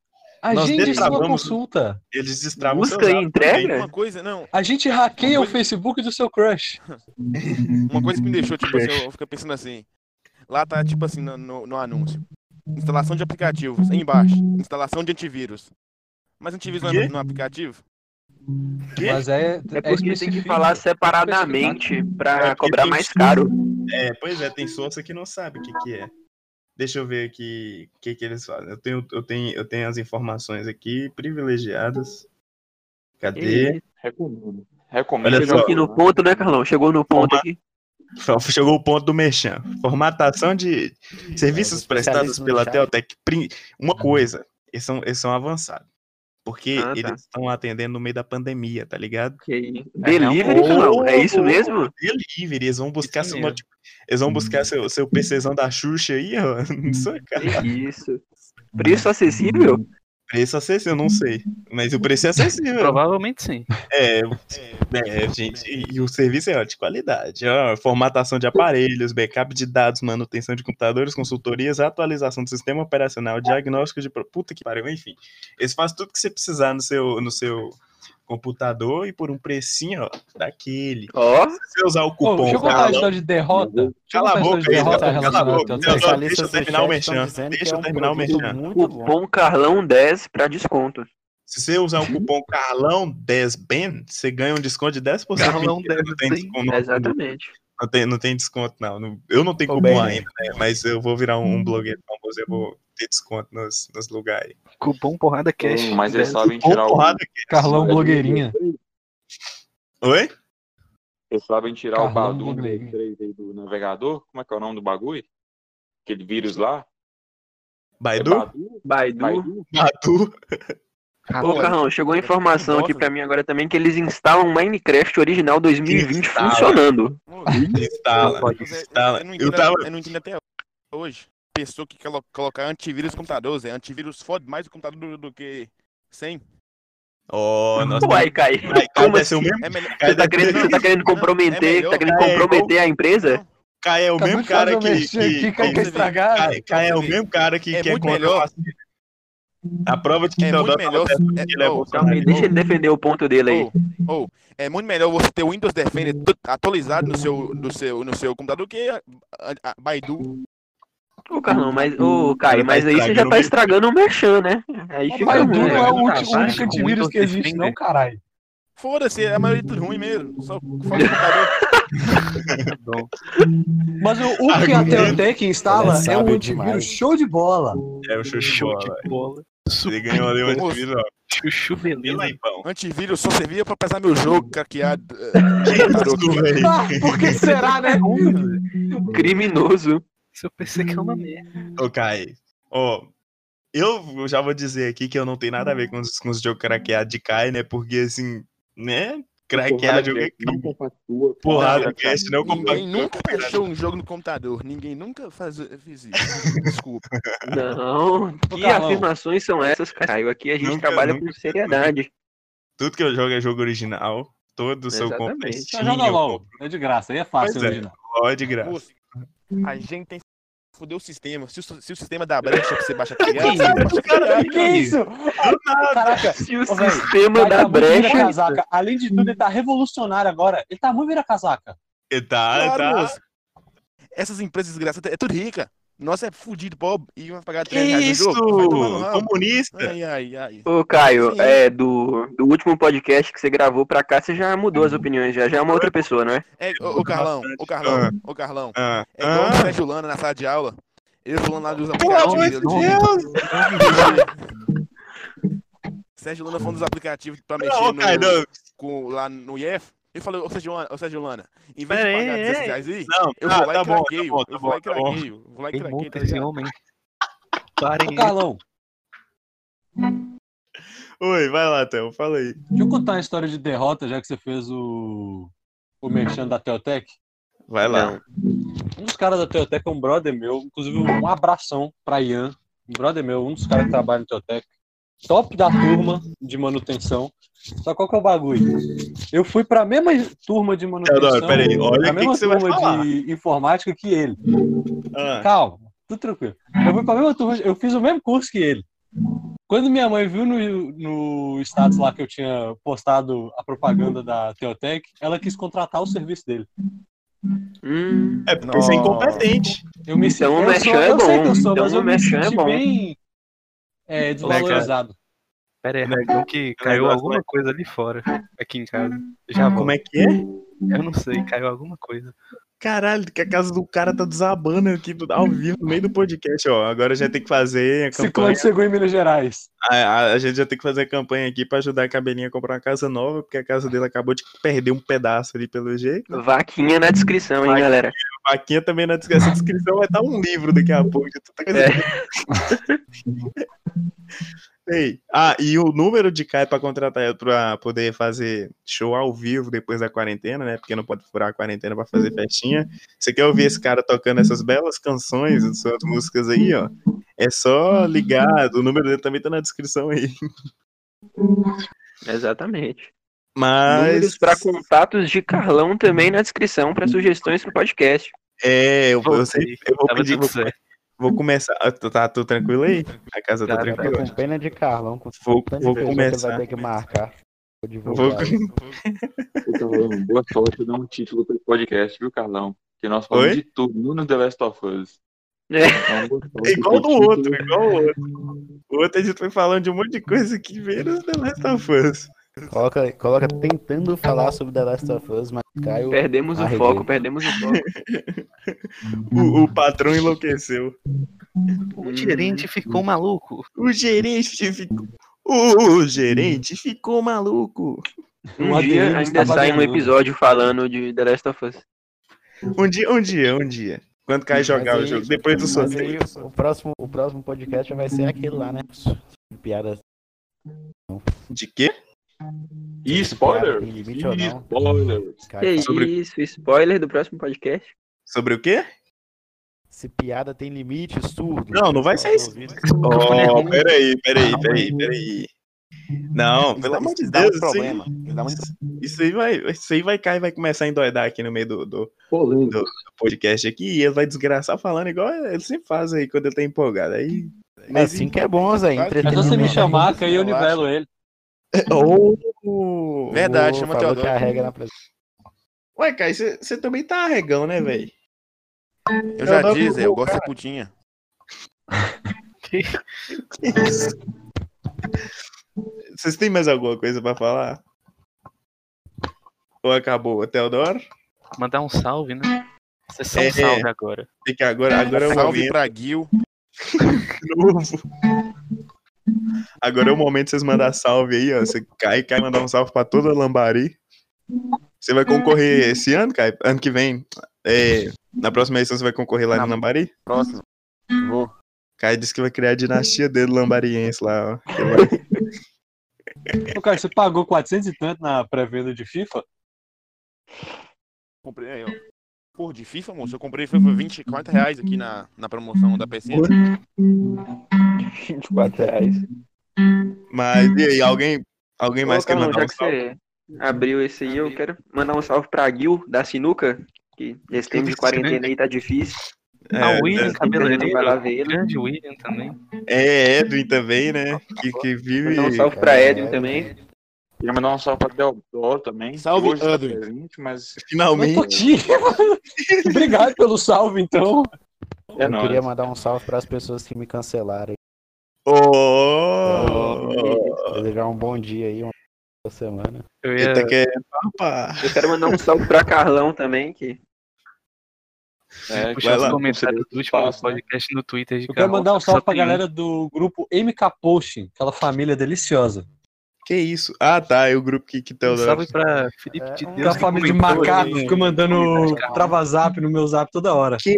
Nós
Agende sua
destravamos-
consulta.
Eles destravam o seu
Busca e
zap também.
É.
entrega?
Uma coisa, não,
A gente hackeia o Facebook do seu crush.
Uma coisa que me deixou, tipo, assim, eu, eu fico pensando assim. Lá tá, tipo assim, no, no- no anúncio. Instalação de aplicativos, aí embaixo. Instalação de antivírus. Mas antivírus não é
Quê?
no, no aplicativo?
Quê?
Mas é,
É porque tem que falar
assim,
específico.
separadamente
É,
pra
porque
cobrar
tem
mais
que-
caro.
É, pois é, tem source que não sabe o que, que é. Deixa eu ver aqui o que, que eles fazem. Eu tenho, eu, tenho, eu tenho as informações aqui privilegiadas. Cadê?
Recomendo. Recomendo.
Olha
Chegou
só.
aqui no ponto, né, Carlão? Chegou no ponto aqui.
Chegou o ponto do Merchan. Formatação de
É, os
serviços
especialistas
prestados
no
pela
chat.
Teltec. Prim- Uma coisa, eles são, eles são avançados. Porque
Ah, tá.
eles estão atendendo no meio da pandemia, tá ligado?
Ok. Delivery,
Ô,
Carlão? É isso mesmo?
Delivery, eles vão buscar,
Isso
seu,
mesmo.
notebook- eles vão buscar seu, seu PCzão da Xuxa aí, ó. Não sei, cara.
Que Isso. Preço acessível?
Preço acessível, eu não sei. Mas o preço é acessível.
Provavelmente sim.
É, é, Uhum. gente, e o serviço é ó, de qualidade. ó, formatação de aparelhos, backup de dados, manutenção de computadores, consultorias, atualização do sistema operacional, diagnóstico de. pro- Puta que pariu, enfim. Eles fazem tudo que você precisar no seu, no seu computador e por um precinho, ó, daquele.
Ó,
Se você usar o
Ô,
cupom.
deixa eu contar a
Carlão,
história de derrota. Deixa eu
Cala
contar
a
história
boca
de
aí,
derrota
Teodoro, cala a
relacionada
boca.
ao
Os
Teodoro,
Teodoro.
especialistas
deixa eu
do
terminar o
chat tão
merchan,
dizendo que
deixa
é
eu
um
terminar o
produto
merchan.
Muito bom.
cupom Carlão 10 pra desconto.
Se você usar o cupom Carlão10Ben, você ganha um desconto de 10%.
Carlão
Mentira, não tem
10Ben.
desconto, não.
Exatamente.
Não tem, não tem desconto, não. Não- Eu não tenho
Ô,
cupom
Ben.
ainda, né? Mas eu vou virar um, um blogueiro famoso, eu vou ter desconto nos, nos lugares.
Cupom porrada cash. né?
Hum, mas eles sabem
Ou
tirar o.
porrada aqui.
Carlão Blogueirinha.
Oi?
Eles sabem tirar o
Carlão
Badu
Blogueirinha.
3 aí do navegador. Como é que é o nome do bagulho? Aquele vírus lá? É
Baidu?
Badu?
Baidu.
Baidu?
Badu.
Ô, Carlão, chegou a informação aqui pra mim agora também que eles instalam Minecraft original 2020
Instala.
funcionando.
Instala. Instala.
Eu,
tá
não
Eu
entendo,
tava.
eu não entendo até hoje. Pessoa que colo- colocar antivírus no computador, Zé. Antivírus fode mais o computador do, do que sem.
Oh, nossa.
Uai, Kai.
Vai, Caio
Como
deve ser
assim?
o mesmo
É melhor.
Caio
Você tá
deve
querendo,
ser-
você tá querendo comprometer,
É
tá querendo
melhor.
comprometer a empresa?
Caio é o mesmo cara
Acabou de
que.
fazer o merchan
que-
aqui, Caio
que-
tá estragado.
Caio- Caio é o mesmo cara que
É
quer
muito
contra
melhor.
o fascismo. A prova de que
É
Teodoro
muito
tava
melhor.
certo
é-
que ele é
ô,
bolsonarista.
Calma aí, deixa ele defender o ponto dele aí.
Ou, é muito melhor você ter o Windows Defender tu- atualizado no seu, no seu, no seu computador que a, a- a Baidu.
Ô, Carlão, mas, ô, Kai,
Ele tá
mas aí você já
estragando
tá
o-
estragando o merchan, né? Aí
Mas
fica
Baidu
ruim,
não
né?
é o
Tá,
único
vai,
único
com
antivírus
Windows
que existe,
Defender.
não, caralho.
Foda-se, é a maioria tudo ruim mesmo. Só fode o computador.
Mas o, o que a Teotec instala
Ela
é um
sabe
antivírus
demais.
show de bola.
É o show de
Show
bola.
de bola.
Ele ganhou ali um
Moço.
antivírus, ó.
Tipo, Chuchu
Vem
beleza.
lá, então.
Antivírus só servia pra pesar meu jogo craqueado. eh, no computador.
Desculpa aí.
Ah, por que será, né?
Criminoso.
Seu PC que é
Hum,
uma merda.
Ô, Kai, ó, eu já vou dizer aqui que eu não tenho nada a ver com os, com os jogos craqueados de Kai, né? Porque, assim, né? Craquear jogo é crime. Porrada do cast, não
Ninguém
compartilha.
nunca baixou um jogo no computador. Ninguém nunca faz, eh, fez isso. Desculpa.
Não, que
Carlão.
afirmações são essas, Caio? Aqui a gente
Nunca,
trabalha
nunca.
com seriedade.
Tudo que eu jogo é jogo original. Todos são
Exatamente.
compras.
Só joga LOL. É de graça, aí é fácil
Pois é.
original.
Ó, de graça.
Moço, a gente tem que foder o sistema. Se o, se o sistema dá brecha pra você baixar criança, você baixa criança.
Que é isso? Caraca,
Se o
Ô, velho,
sistema
Caio tá
da
muito
brecha.
vira-casaca. Além de tudo, ele tá revolucionário agora. Ele tá muito vira-casaca.
E Tá,
Claro,
tá.
moço. Essas empresas desgraçadas é tudo rica. Nossa, é fudido, pobre. E vai pagar
Que
3 reais no
isso?
jogo. Vai tomar no rabo. É.
Comunista?
Ai, ai, ai.
Ô, Caio,
Sim.
é, do, do último podcast que você gravou pra cá, você já mudou as opiniões, já, já é uma outra pessoa, não é?
É, ô, ô, Carlão, ô Carlão, ô Carlão.
Ah,
É igual o
ah.
Zé Julana na sala de aula. Ele falando lá dos
Pelo amor de
aplicativos. dele.
Deus!
Sérgio Lana falando dos aplicativos pra mexer
Não,
no-
Kai, não.
com, lá no IEF. Ele falou, ô Sérgio Lana, ô Sérgio Lana, em vez
Pera
de
aí,
pagar
é.
16 reais aí,
Não,
eu
tá,
vou lá
tá
e
bom, tá
craqueio.
bom,
eu
tá
vou lá
bom,
e
tá bom.
craqueio. eu Vou lá e
Quem
craqueio.
monta
tá
esse
ligado?
homem? Parem
Ô,
ele.
Carlão,
Oi, vai lá, Theo, fala aí.
deixa eu contar uma história de derrota, já que você fez o, o merchan da Teotec.
Vai lá.
Um dos caras da Teotec é um brother meu, inclusive um abração pra Ian, um brother meu, um dos caras que trabalha no Teotec. Top da turma de manutenção. Só qual que é o bagulho? Eu fui pra mesma turma de manutenção.
Teodoro, peraí, olha o que
pra é mesma
que você vai
turma
falar.
de informática que ele.
Ah,
Calma, tudo tranquilo. Eu fui pra mesma turma, eu fiz o mesmo curso que ele. Quando minha mãe viu no, no status lá que eu tinha postado a propaganda da Teotec, ela quis contratar o serviço dele.
Hum,
é porque você é incompetente.
Eu me sinto.
Então, o
eu sou,
merchan é
eu sei
bom.
que eu sou,
Então,
mas
o
eu me
merchan é
senti
bom.
bem é, desvalorizado.
Pera aí, rapidão, que caiu
negócio é
alguma coisa ali fora, aqui em casa. Já
Como
volto.
é que é?
Eu não sei, caiu alguma coisa.
Caralho, que a casa do cara tá desabando aqui do- ao vivo no meio do podcast, ó. Agora a gente tem que fazer a
Ciclone
campanha.
chegou em Minas Gerais.
A, a- a gente já tem que fazer a campanha aqui pra ajudar a cabelinha a comprar uma casa nova, porque a casa dele acabou de perder um pedaço ali pelo jeito.
vaquinha na descrição, hein, galera?
A vaquinha também na descrição, essa descrição vai estar um livro daqui a pouco. de tanta coisa que- Ei, ah, e o número de Kai pra contratar ele pra poder fazer show ao vivo depois da quarentena, né? Porque não pode furar a quarentena pra fazer festinha. Você quer ouvir esse cara tocando essas belas canções, suas músicas aí, ó? É só ligar, o número dele também tá na descrição aí.
Exatamente.
Mas
Números pra contatos de Carlão também na descrição pra sugestões pro podcast.
é, eu, eu sei- eu vou
Tava
pedir,
tudo
vou,
certo.
vou começar. Ah, tu- Tá tudo tranquilo aí? A casa tá
Tá, tá
Eu tô
tranquila?
com pena de Carlão, com
Vou-
tanta
vou
pessoa que ele
começar.
vai ter que marcar. Vou
Vou,
divulgar.
Então, boa sorte, eu dou um título para esse podcast, viu, Carlão? Que nós falamos
Oi?
de tudo, não no The Last of Us.
É.
Então, boa sorte,
igual do
título.
outro, igual o outro. Ontem a gente foi falando de um monte de coisa que veio no The Last of Us.
Coloca, coloca tentando falar sobre The Last of Us, mas Caio.
É,
Perdemos o
Arreguei.
foco, perdemos o foco.
O, o patrão enlouqueceu.
O
Hum.
gerente ficou maluco.
O gerente ficou. O gerente ficou maluco.
Um
O
dia
Adriano
ainda
estava
sai um
ganhando.
episódio falando de The Last of Us.
Um dia, um dia, um dia. Quando cai jogar
Mas
o
aí-
jogo, depois do
mas aí
sorteio.
o, próximo, o próximo podcast já vai ser aquele lá, né? Piadas.
De quê?
E spoiler?
Tem limite ou
E
não?
spoiler.
Caio,
Que
Sobre-
isso, spoiler do próximo podcast.
Sobre o quê?
Se piada tem limite, surdo.
Não, não vai ser isso. Oh, peraí, peraí, peraí, peraí. Não, pelo amor
um
de Deus. assim, isso aí-
um problema. Isso dá muito
Tá Isso aí vai, isso aí vai cair, vai começar a endoidar aqui no meio do, do-
Polêmico.
do podcast aqui e ele vai desgraçar falando igual ele sempre faz aí quando ele tá empolgado. Aí.
Mas assim que é bom, Zé.
É só você me
entretenimento.
chamar que aí eu nivelo ele.
Oh!
Verdade,
Ô,
chama
falou
Teodoro.
que arrega na presença.
Ué, Kai, você também tá arregão, né, velho?
Eu já
Teodoro
disse, eu
Google,
gosto de putinha.
Vocês têm mais alguma coisa pra falar? Ou acabou? Teodoro?
Mandar um salve, né? Vocês são
É.
salve agora.
Tem que agora, agora é o
Salve
momento
pra Gil.
de novo. Agora é o momento de vocês mandar salve aí, ó. Você cai, cai, mandar um salve pra toda a Lambari. Você vai concorrer esse ano, Kai? Ano que vem. É, na próxima edição você vai concorrer lá no Lambari?
Próximo. Vou.
Kai disse que vai criar a dinastia dele lambariense lá, ó. Que vai-
Ô, cara, você pagou 400 e tanto na pré-venda de FIFA?
Comprei aí, ó. Porra, de FIFA, moço, eu comprei foi por 24 reais aqui na, na promoção da tá PC.
24 reais.
Mas e aí, alguém, alguém mais
Ô,
quer
Carlão,
mandar
já
um
que
salve?
você abriu esse aí, eu quero mandar um salve pra Gil da Sinuca, que esse tempo de quarentena aí tá difícil.
Ah, o William,
É,
cabeleireiro.
Vai lá ver ele.
Grande William também.
é Edwin também, né? Que, que vive.
Mandar um salve pra Edwin também.
Queria mandar um salve pra Deodoro também.
Salve,
Hoje tá
Edwin.
presente, mas...
Mas,
Finalmente.
Toti, Obrigado pelo salve, então.
É
Eu
nóis.
queria mandar um salve para as pessoas que me cancelaram.
Oh!
Desejar um bom dia aí, uma boa semana.
Eu ia,
Eita, que é papá.
Eu quero mandar um salve pra Carlão também, que
É,
puxar
vai
os
lá.
comentários do último
Passa, né?
podcast no Twitter de
Eu quero
Carol,
mandar um
só
salve pra
tem
galera do grupo MK Posting, aquela família deliciosa.
Que isso? Ah, tá. É o grupo que, que tá
um.
o
Salve pra Felipe
É,
de
um
Deus.
Aquela
que
família de
comentou,
macaco,
né?
fica mandando
Macaco.
trava-zap no meu zap toda hora.
Que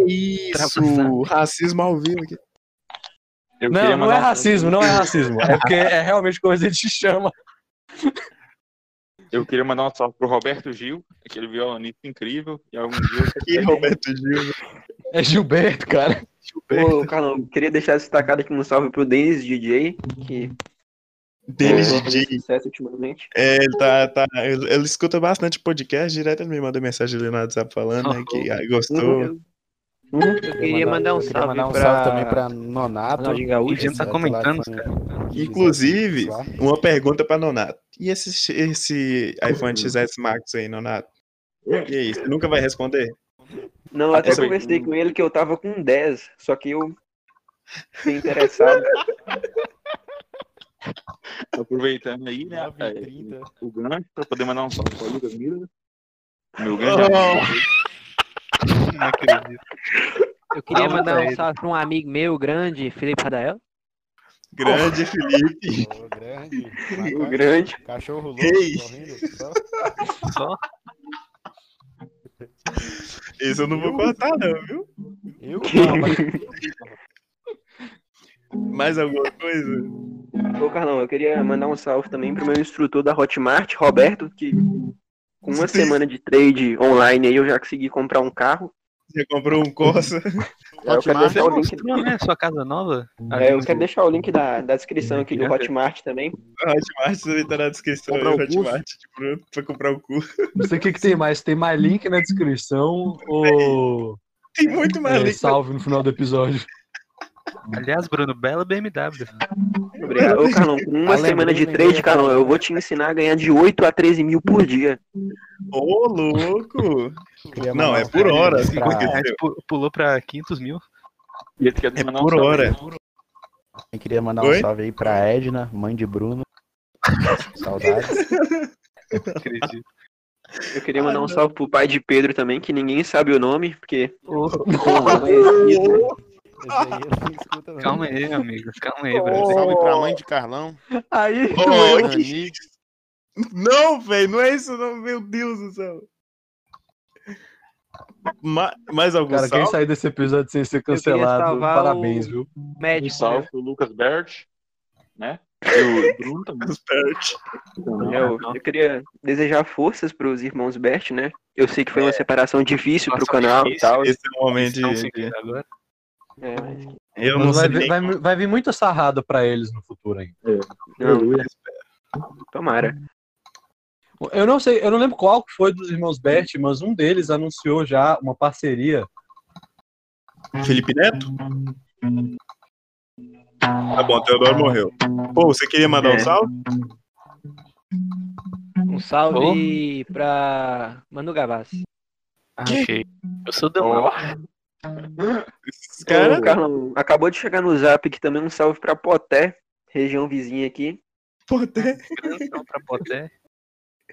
isso? Racismo ao vivo. aqui.
Eu queria
Não, não
mandar
é
um salve-
racismo, não é racismo. É porque é realmente como a gente chama.
Eu queria mandar um salve pro Roberto Gil, aquele violonista incrível. E algum dia eu
Que Roberto Gil.
É Gilberto, cara.
Ô, Carlão, queria deixar destacado aqui um salve pro Denis DJ, que
Denis
tá fazendo
DJ.
sucesso ultimamente.
É, ele tá, tá, ele, ele escuta bastante podcast, direto ele me manda mensagem ali no WhatsApp falando né, que ah, gostou.
Uhum. Uhum.
Eu
queria mandar um
eu queria
salve
mandar um
pra-
salve também para Nonato.
Ronaldinho Gaúcho.
O Jean tá
Exato,
comentando,
lá,
cara.
Inclusive,
Lá.
uma pergunta pra Nonato. E esse, esse iPhone XS Max aí, Nonato? E aí, você nunca vai responder?
Não, eu até
Essa-
conversei com ele que eu tava com 10, só que eu fiquei interessado.
aproveitando aí, né?
9 e 30.
é, O gancho pra poder mandar um salve pro Lucas Miller. Meu é grande amigo.
Oh,
Não acredito.
Eu queria
Salve pra
é
mandar um
ele.
salve pra um amigo meu grande, Felipe Radael.
grande Felipe.
O grande.
O grande.
Cachorro louco
Ei.
correndo. só.
Só
Isso eu não vou cortar, não, viu?
Eu?
Mais alguma coisa?
Ô, Carlão, eu queria mandar um salve também pro meu instrutor da Hotmart, Roberto, que com uma semana de trade online aí eu já consegui comprar um carro.
Você comprou um Corsa?
Eu quero
Hotmart
deixar o link,
mostrou, né? Sua casa nova.
é, eu quero deixar o link da, da descrição aqui do Hotmart também.
A Hotmart também tá na descrição.
Comprar
aí,
o curso?
Hotmart de pronto pra comprar o curso.
Não sei o que, que tem mais. Tem mais link na descrição ou
Tem muito mais
é,
link.
salve no final do episódio?
Aliás, Bruno, bela BMW.
Obrigado. Ô, Carlão, com uma
Ah, lembrei,
semana de
lembrei.
trade, Carlão, eu vou te ensinar a ganhar de 8 a 13 mil por dia.
Ô, louco!
Queria
Não,
mandar
é
um
por
salve
hora,
pra-
assim,
50
Reais pu- Pulou pra 500 mil.
E ele quer
É
mandar um
por
salve
hora.
Eu queria mandar um
Oi?
salve aí pra Edna, mãe de Bruno. Saudades.
Acredito.
Eu queria mandar um salve pro pai de Pedro também, que ninguém sabe o nome, porque.
Esse aí eu não escuto, não.
Calma aí, amigos. Calma aí,
Um
Brasil.
salve pra mãe de Carlão.
Aí,
Ô,
Nani.
que- Não, velho, não é isso, não. Meu Deus do céu. Ma- mais algum
Cara, quem
salve?
sair desse episódio sem ser cancelado,
salvar o-
parabéns, viu?
Um
médico.
salve pro Lucas Bert, né? E o Bruno também. é um
Expert.
né,
É
Eu, eu queria desejar forças pros irmãos Bert, né? Eu sei que foi uma separação difícil pro
Separação
canal e
difícil,
tal.
Esse é o momento
Não
de.
sei o que um agora.
É, mas-
Eu
Mas
não
vai,
sei. nem-
vir- vai, vai vir muita sarrada pra eles no futuro ainda.
não, tomara.
Eu não sei, eu não lembro qual que foi dos irmãos Bert, mas um deles anunciou já uma parceria.
Felipe Neto? Tá bom, Teodoro morreu. Pô, você queria mandar um
É.
salve?
Um salve pra Manu Gavassi.
Ah, ok. Eu sou do mal.
Esses caras.
Ô, Carlão, acabou de chegar no zap aqui também um salve pra Poté, região vizinha aqui.
Pô, até.
Então, pra Poté.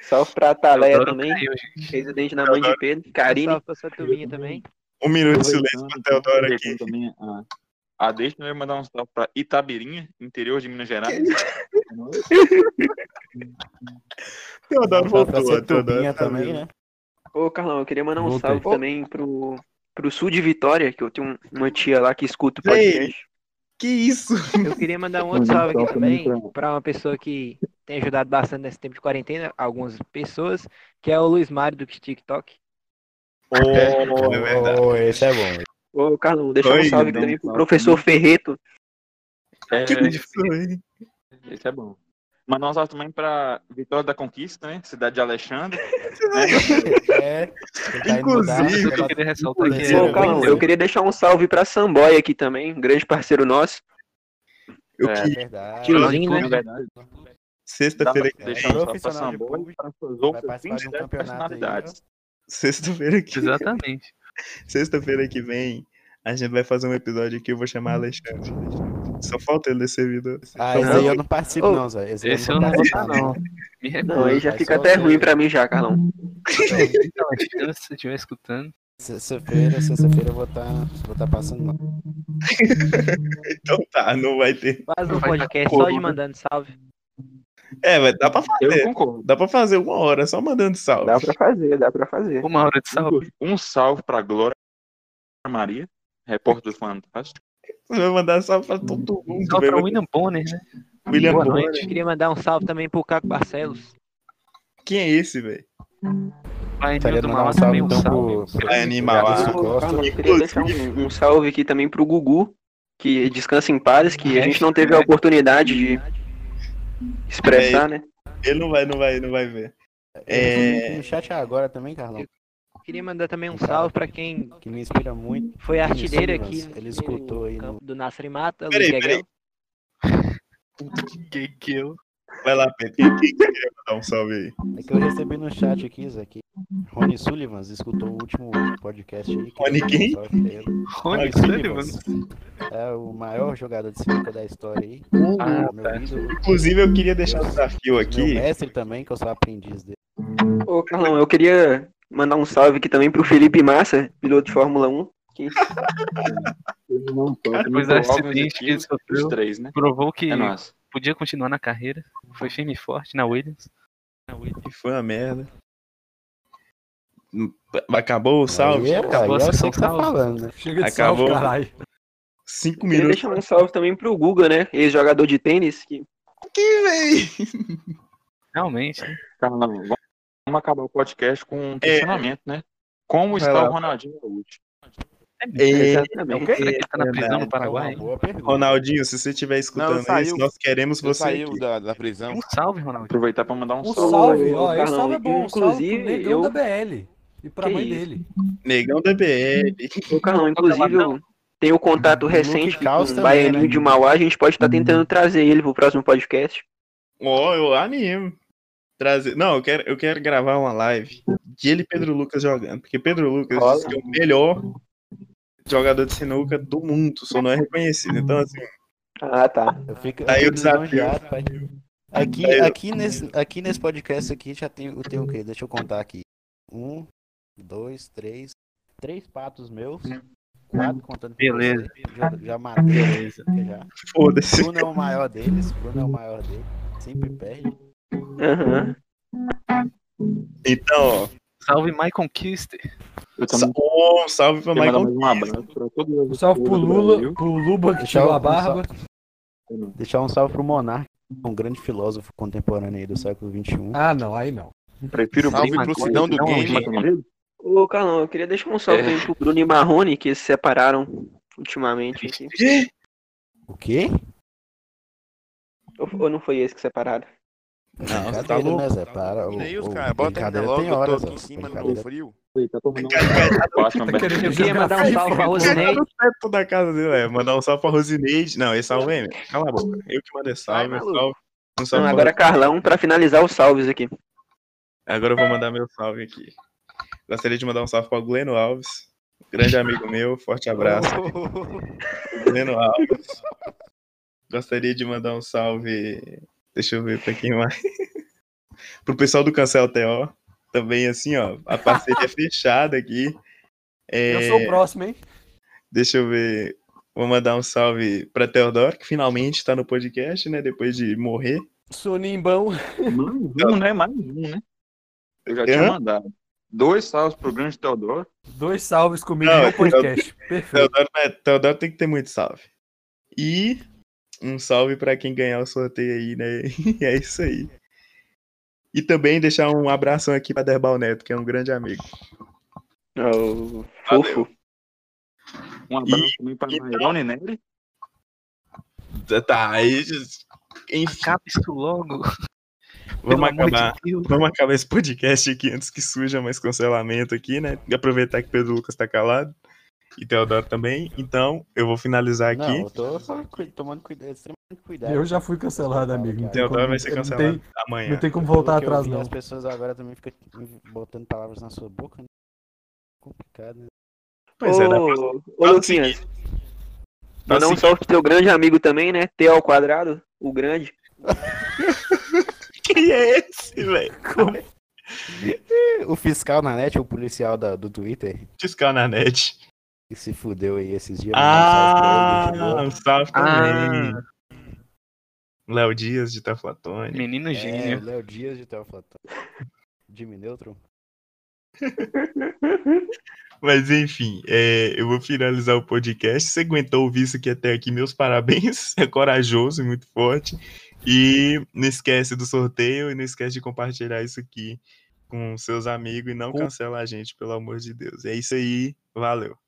Salve pra Ataleia
Teodoro
também,
caiu, gente.
residente na mãe de Pedro. Karine,
Salve pra sua turminha também.
Um minuto de
então,
silêncio pro Teodoro aqui.
Também, a- A Deixa vai mandar um salve pra Itabirinha, interior de Minas Gerais.
Teodoro
Dá pra
voltou.
ser
Teodoro
tubinha
tá
também,
vivo.
né?
Ô, Carlão, eu queria mandar um
Voltei.
salve
Ô.
também pro, pro sul de Vitória, que eu tenho um- uma tia lá que escuta o
Ei.
podcast.
Que isso?
Eu queria mandar um outro salve aqui também pra uma pessoa que tem ajudado bastante nesse tempo de quarentena, algumas pessoas, que é o Luiz Mário do TikTok.
É verdade.
Ô, esse é bom.
Ô, Carlão, deixa
Oi,
um salve aqui
dá um
também pro
salve.
professor Ferreto.
É,
Que isso, hein?
esse é bom. Mandar um salve também pra Vitória da Conquista, né? Cidade de Alexandre. Né?
É, ele tá indo mudar,
Inclusive,
ele
Ah, Eu
tá-
queria ressaltar que
Inclusive,
é
Ô, Carlão, eu queria deixar um salve pra Samboy aqui também, um grande parceiro nosso.
Eu
É.
que
Verdade.
Tiozinho,
Na
né?
verdade, dá pra
sexta-feira que
deixar um salve pra
Profissional de
Sambo
público,
para suas
vai
outras
participar de um
27
campeonato aí,
personalidades.
sexta-feira que
Exatamente.
sexta-feira que vem a gente vai fazer um episódio aqui eu vou chamar Alexandre. Só falta ele nesse servidor.
Ah, esse aí eu não participo, não, Zé.
Esse eu não vou
participo,
estar, não. Me
Não, é aí
recuso.
já
vai
fica
só
até
ver.
ruim pra mim já, Carlão.
Então, Alexandre, se você estiver escutando,
Sexta-feira, sexta-feira eu vou estar vou tá passando lá.
Então tá, não vai ter.
Faz um
Vai
podcast
dar cor,
só de
né?
mandando salve.
É, mas dá pra
Eu
fazer.
concordo.
Dá pra fazer uma hora só mandando salve.
Dá pra fazer, dá pra fazer.
uma hora de salve.
Um salve pra Glória Maria, repórter do Fantástico.
Você vai mandar salve pra todo mundo.
Só
vai
Um pra
mandar-
William Bonner, né?
William
Boa
Bonner.
noite.
Eu queria mandar um salve também pro Caco Barcelos.
Quem é esse, velho?
Pai
Queria
do
mandar um
Mal
salve
também, um
então
salve.
pro, pro
Vai animar lá.
Gabriel
Ô,
Costa.
Carlão, eu queria deixar um, um salve aqui também pro Gugu, que descansa em paz, que a gente não teve a oportunidade de expressar, né?
Ele não vai, não vai, não vai ver.
É...
É,
No chat agora também, Carlão,
Eu queria mandar também um salve pra quem
que me inspira muito.
foi artilheiro aqui
Ele escutou aí
no
no...
campo do Nasser Mata, Luiz
Peraí,
Miguel.
Que que eu.
vai lá, Pedro. Quem, quem queria mandar um salve aí?
É que eu recebi no chat aqui, Zé, que Rony Sullivan escutou o último podcast aí. que
Rony
eu-
quem?
só que ele-
Rony
Mike
Sullivan?
É o maior jogador de sinuca da história aí.
Ah,
meu
tá.
ídolo,
Inclusive, eu queria deixar o desafio
meu
aqui.
mestre também, que eu sou aprendiz dele.
Ô, Carlão, eu queria mandar um salve aqui também pro Felipe Massa, piloto de Fórmula 1. Que
Depois do acidente é, que ele sofreu,
Os três, né?
provou que
É nós.
podia continuar na carreira. Foi firme e forte na Williams.
Que foi uma merda. Hum, Acabou o salve?
Aí é,
Acabou
aí é
a
o
sessão
que você tá
salve.
falando, né?
Chega de
Acabou.
salve, caralho.
Cinco
queria
minutos.
deixar um salve também pro Guga, né? Ex-jogador de tênis. Que...
Ih, véi!
Realmente. né?
Carlão, vamos vamos acabar o podcast com um questionamento, né? Como
Vai
está
lá.
o Ronaldinho Gaúcho?
É
Ei,
mesmo.
Exatamente.
Será que ele tá na prisão
verdade.
no Paraguai?
É uma boa pergunta.
Ronaldinho, se você estiver
Não,
escutando
ele saiu.
isso, nós queremos
Você
você
saiu
aqui.
da, da prisão.
Um salve, Ronaldo.
Aproveitar para mandar um
Um
salve.
salve,
ô,
ó. Esse
Carlão,
salve é bom. Um salve
inclusive,
pro negão
eu-
da BL. E pra
Que
mãe
isso?
dele.
Negão da BL.
Ô, Carlão, inclusive, eu tenho um contato recente
Luke Caos
com o
também,
Baianinho
né?
de Mauá. A gente pode
Uhum.
estar tentando trazer ele pro próximo podcast.
Ó, eu animo. Trazer... Não, eu quero, eu quero gravar uma live de ele e Pedro Lucas jogando. Porque Pedro Lucas
Rola.
diz que é o melhor jogador de sinuca do mundo. Só não é reconhecido. Então, assim,
Ah, tá.
Eu fico,
Tá aí o
eu fico
desafio.
lisonjeado, pai. Aqui,
Tá aí o-
aqui, nesse, aqui nesse podcast aqui já tem, eu tenho o quê? Deixa eu contar aqui. Um, dois, três. Três patos meus. Quatro contando com
Beleza.
você. Já, já matei. Beleza. Já.
Foda-se.
Bruno é o maior deles. Bruno é o maior deles. Sempre perde.
Aham.
Então, ó.
Salve Michael Kister.
Eu
sa-
também
oh, salve pra
queria mandar
Michael.
mais um abraço pra todas as
Um Salve pro
pessoas do
Lula,
Brasil.
pro Luba que
Deixar
tirou a
um
barba.
Deixar um salve pro Monark, um grande filósofo contemporâneo aí do século um. XXI.
Ah, não, aí não.
Prefiro
Salve
bem
pro
maconha
Sidão
que
do
não
Game.
maconha.
Uhum.
Ô, Carlão, eu queria deixar um salve
É.
aí pro Bruno e Marrone, que se separaram ultimamente. aqui.
O quê?
Ou, ou não foi esse que separaram?
Não, você tá
Brincadeira,
louco.
Né, Zé? Para.
E
ô,
aí, os
ô,
caras, bota ainda
brincadeira
logo,
tem
eu tô
horas,
aqui
ó,
em cima no
brincadeira.
frio.
Batman,
Tá querendo
Eu queria mandar um salve pra
Tá
Rosinei.
no teto da casa dele, é. Mandar um salve pra Rosineide. Não, esse salve aí, meu. Cala a boca. Eu que mandei salve,
Vai, maluco.
salve. Um
Não,
salve pra
agora é Carlão, pra finalizar os salves aqui.
Agora eu vou mandar meu salve aqui. Gostaria de mandar um salve para o Gleno Alves, grande amigo meu, forte abraço. Gleno Alves. Gostaria de mandar um salve. Deixa eu ver para quem mais. pro pessoal do Cancel TO. Também, assim, ó. A parceria fechada aqui. É,
Eu sou o próximo, hein?
Deixa eu ver. Vou mandar um salve para Teodoro, que finalmente está no podcast, né? Depois de morrer.
Sonimbão. Tá.
Mano, um, né? Mais um, né? Eu já tinha
Hã?
mandado. Dois salves pro grande Teodoro.
Dois salves comigo
Não,
no podcast. Perfeito.
Teodoro, né, Teodoro tem que ter muito salve. E um salve pra quem ganhar o sorteio aí, né? E é isso aí. E também deixar um abração aqui pra Derbal Neto, que é um grande amigo.
Ô, É fofo.
Um abraço também pra
então-
Nairone Nery.
Tá, aí. Enfim,
Acaba isso logo.
vamos
pelo amor de
acabar.
Deus.
Vamos acabar esse podcast aqui antes que surja mais cancelamento aqui, né? E aproveitar que Pedro Lucas tá calado. E Teodoro também. Então, eu vou finalizar aqui.
Não, eu tô só cu- tomando cuidado, extremamente cuidado.
Eu já fui cancelado, amigo. Não tem
Teodoro
como-
então vai ser
não tem-
cancelado
Não
amanhã.
tem, como voltar
Pelo que eu
atrás,
vi,
não.
As pessoas agora também ficam botando palavras na sua boca. Né? Complicado, né?
Pois é, dá pra...
ô, ô,
Fala o
Luquinhas.
seguinte.
Mandar um
Fala o
salve pro teu grande amigo também, né? T ao quadrado, o grande.
Quem é esse, velho?
O fiscal na net, o policial da- do Twitter,
Fiscal na net.
que se fudeu aí esses dias. né?
Ah,
mandou um
um salve
salve
também.
Ah.
Léo Dias de Taflatone.
Menino
pra ele, de boa. É, o
gênio.
Léo Dias de Teoflatão. Jimmy Neutron.
Mas enfim, é, eu vou finalizar o podcast. Se Você aguentou ouvir isso aqui até aqui, meus parabéns. É corajoso e muito forte. E não esquece do sorteio e não esquece de compartilhar isso aqui com seus amigos e não cancela a gente, pelo amor de Deus. É isso aí, valeu.